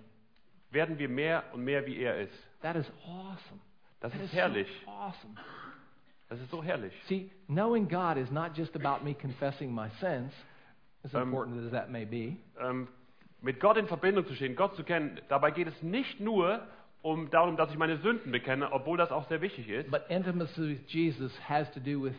[SPEAKER 2] werden wir mehr und mehr wie er ist.
[SPEAKER 1] That is awesome.
[SPEAKER 2] Das
[SPEAKER 1] That
[SPEAKER 2] ist
[SPEAKER 1] is
[SPEAKER 2] herrlich.
[SPEAKER 1] so awesome.
[SPEAKER 2] Das ist so herrlich.
[SPEAKER 1] See, knowing God is not just about me confessing my sins, as
[SPEAKER 2] Um,
[SPEAKER 1] important as that may be.
[SPEAKER 2] Ähm, mit Gott in Verbindung zu stehen, Gott zu kennen, dabei geht es nicht nur um darum, dass ich meine Sünden bekenne, obwohl das auch sehr wichtig ist.
[SPEAKER 1] But intimacy with Jesus has to do with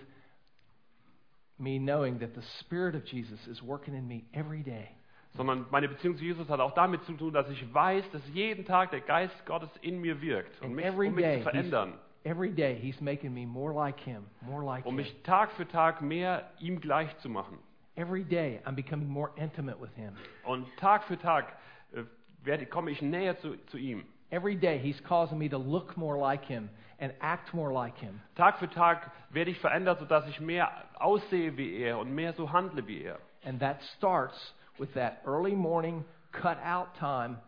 [SPEAKER 1] me knowing that the Spirit of Jesus is working in me every day.
[SPEAKER 2] sondern meine Beziehung zu Jesus hat auch damit zu tun, dass ich weiß, dass jeden Tag der Geist Gottes in mir wirkt, um
[SPEAKER 1] And
[SPEAKER 2] mich,
[SPEAKER 1] every
[SPEAKER 2] um mich
[SPEAKER 1] day
[SPEAKER 2] zu
[SPEAKER 1] he's-
[SPEAKER 2] verändern,
[SPEAKER 1] Every day, He's making me more like Him, more like
[SPEAKER 2] um
[SPEAKER 1] Him.
[SPEAKER 2] mich Tag für Tag mehr ihm gleich zu machen.
[SPEAKER 1] Every day, I'm becoming more intimate with Him.
[SPEAKER 2] Und Tag für Tag äh, werde, komme ich näher zu, zu ihm.
[SPEAKER 1] Every day, He's causing me to look more like Him and act more like Him.
[SPEAKER 2] Tag für Tag werde ich verändert, sodass ich mehr aussehe wie er und mehr so handle wie er.
[SPEAKER 1] And that starts with that early morning cut out time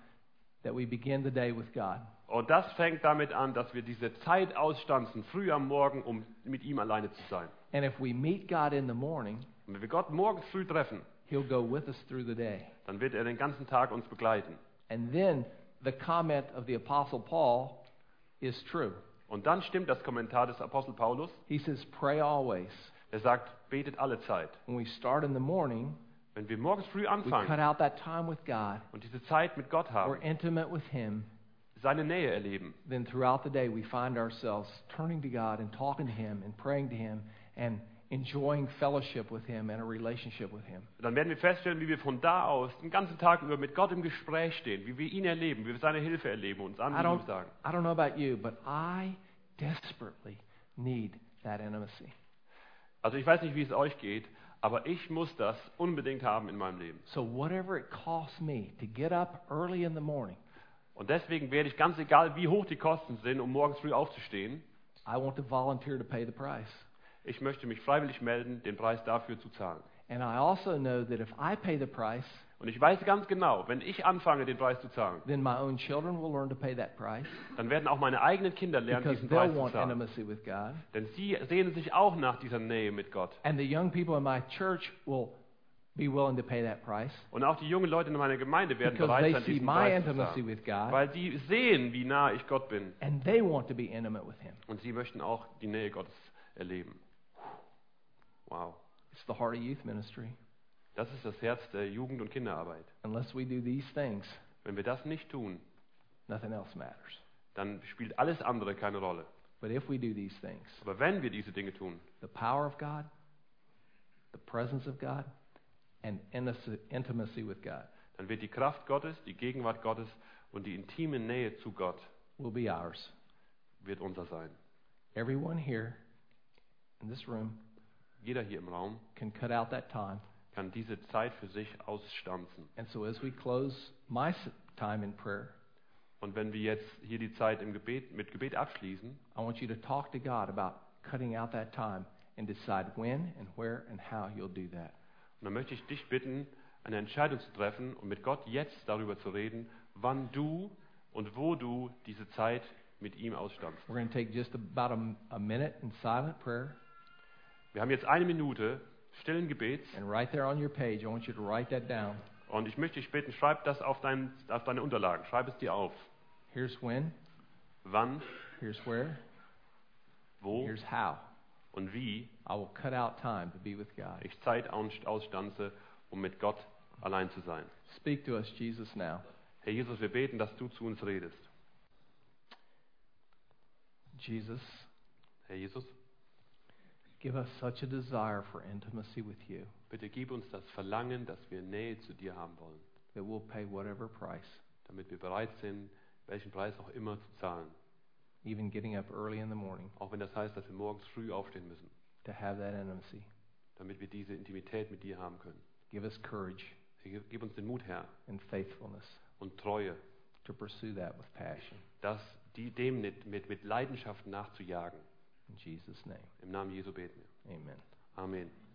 [SPEAKER 1] that we begin the day with God.
[SPEAKER 2] Und das fängt damit an, dass wir diese Zeit ausstanzen, früh am Morgen, um mit ihm alleine zu sein.
[SPEAKER 1] And if we meet God in the morning,
[SPEAKER 2] Und wenn wir Gott morgens früh treffen,
[SPEAKER 1] He'll go with us through the day.
[SPEAKER 2] dann wird er den ganzen Tag uns begleiten.
[SPEAKER 1] And then the comment of the Apostle Paul is true.
[SPEAKER 2] Und dann stimmt das Kommentar des Apostel Paulus.
[SPEAKER 1] He says, Pray always.
[SPEAKER 2] Er sagt, betet alle Zeit.
[SPEAKER 1] When we start in the morning,
[SPEAKER 2] Wenn wir morgens früh
[SPEAKER 1] we cut
[SPEAKER 2] anfangen
[SPEAKER 1] out that time with God,
[SPEAKER 2] und diese Zeit mit Gott
[SPEAKER 1] we're
[SPEAKER 2] haben,
[SPEAKER 1] intimate with Him,
[SPEAKER 2] seine Nähe erleben,
[SPEAKER 1] then throughout the day we find ourselves turning to God and talking to Him and praying to Him and enjoying fellowship with Him and a relationship with Him.
[SPEAKER 2] dann werden wir feststellen, wie wir von da aus den ganzen Tag über mit Gott im Gespräch stehen, wie wir ihn erleben, wie wir seine Hilfe erleben und uns
[SPEAKER 1] I
[SPEAKER 2] Anliegen
[SPEAKER 1] don't,
[SPEAKER 2] sagen.
[SPEAKER 1] I don't know about you, but I desperately need that intimacy.
[SPEAKER 2] Also ich weiß nicht, wie es euch geht, aber ich muss das unbedingt haben in meinem Leben.
[SPEAKER 1] So, whatever it costs me to get up early in the morning,
[SPEAKER 2] Und deswegen werde ich ganz egal, wie hoch die Kosten sind, um morgens früh aufzustehen,
[SPEAKER 1] I want to volunteer to pay the price.
[SPEAKER 2] ich möchte mich freiwillig melden, den Preis dafür zu zahlen.
[SPEAKER 1] And I also know that if I pay the price,
[SPEAKER 2] Und ich weiß ganz genau, wenn ich anfange, den Preis zu zahlen,
[SPEAKER 1] then my own children will learn to pay that price
[SPEAKER 2] dann werden auch meine eigenen Kinder lernen,
[SPEAKER 1] because
[SPEAKER 2] diesen
[SPEAKER 1] they'll
[SPEAKER 2] Preis zu
[SPEAKER 1] want
[SPEAKER 2] zahlen.
[SPEAKER 1] intimacy with God.
[SPEAKER 2] Denn sie sehnen sich auch nach dieser Nähe mit Gott.
[SPEAKER 1] And the young people in my church will be willing to pay that price
[SPEAKER 2] Und auch die jungen Leute in meiner Gemeinde werden
[SPEAKER 1] because
[SPEAKER 2] bereit sein,
[SPEAKER 1] they see
[SPEAKER 2] diesen
[SPEAKER 1] my
[SPEAKER 2] Preis zu
[SPEAKER 1] intimacy
[SPEAKER 2] zahlen.
[SPEAKER 1] with God
[SPEAKER 2] Weil sie sehen, wie nah ich Gott bin.
[SPEAKER 1] and they want to be intimate with Him.
[SPEAKER 2] Und sie möchten auch die Nähe Gottes erleben. Wow.
[SPEAKER 1] It's the heart of youth ministry.
[SPEAKER 2] Das ist das Herz der Jugend- und Kinderarbeit.
[SPEAKER 1] Unless we do these things,
[SPEAKER 2] Wenn wir das nicht tun,
[SPEAKER 1] nothing else matters.
[SPEAKER 2] dann spielt alles andere keine Rolle.
[SPEAKER 1] But if we do these things,
[SPEAKER 2] Aber wenn wir diese Dinge tun,
[SPEAKER 1] the power of God, the presence of God, and intimacy- intimacy with God
[SPEAKER 2] dann wird die Kraft Gottes, die Gegenwart Gottes und die intime Nähe zu Gott
[SPEAKER 1] will be ours.
[SPEAKER 2] wird unser sein.
[SPEAKER 1] Everyone here in this room
[SPEAKER 2] Jeder hier im Raum
[SPEAKER 1] can cut out that time.
[SPEAKER 2] kann diese Zeit für sich ausstanzen.
[SPEAKER 1] And so as we close my s- time in prayer,
[SPEAKER 2] Und wenn wir jetzt hier die Zeit im Gebet, mit Gebet abschließen,
[SPEAKER 1] I want you to talk to God about cutting out that time and decide when and where and how you'll do that.
[SPEAKER 2] dann möchte ich dich bitten, eine Entscheidung zu treffen und mit Gott jetzt darüber zu reden, wann du und wo du diese Zeit mit ihm ausstammst.
[SPEAKER 1] We're going to take just about a, m- a minute in silent prayer.
[SPEAKER 2] Wir haben jetzt eine Minute stillen Gebets
[SPEAKER 1] And right there on your page, I want you to write that down.
[SPEAKER 2] und ich möchte dich bitten, schreib das auf, dein, auf deine Unterlagen, schreib es dir auf.
[SPEAKER 1] Here's when,
[SPEAKER 2] Wann,
[SPEAKER 1] here's where,
[SPEAKER 2] wo
[SPEAKER 1] here's how.
[SPEAKER 2] und wie
[SPEAKER 1] I will cut out time to be with God.
[SPEAKER 2] ich Zeit aus- ausstanze, um mit Gott allein zu sein.
[SPEAKER 1] Speak to us, Jesus, now.
[SPEAKER 2] Herr Jesus, wir beten, dass du zu uns redest.
[SPEAKER 1] Jesus,
[SPEAKER 2] Herr Jesus,
[SPEAKER 1] give us such a desire for intimacy with you
[SPEAKER 2] bitte gib uns das Verlangen, dass wir Nähe zu dir haben wollen.
[SPEAKER 1] that we'll pay whatever price,
[SPEAKER 2] damit wir bereit sind, welchen Preis auch immer zu zahlen.
[SPEAKER 1] even getting up early in the morning,
[SPEAKER 2] Auch wenn das heißt, dass wir morgens früh aufstehen müssen,
[SPEAKER 1] to have that intimacy.
[SPEAKER 2] damit wir diese Intimität mit dir haben können.
[SPEAKER 1] Give us courage
[SPEAKER 2] Herr, gib- Gib uns den Mut, Herr,
[SPEAKER 1] and faithfulness
[SPEAKER 2] und Treue,
[SPEAKER 1] to pursue that with passion.
[SPEAKER 2] das, die, dem mit, mit, mit Leidenschaft nachzujagen.
[SPEAKER 1] In Jesus' name,
[SPEAKER 2] Im Namen Jesu beten wir.
[SPEAKER 1] amen.
[SPEAKER 2] Amen.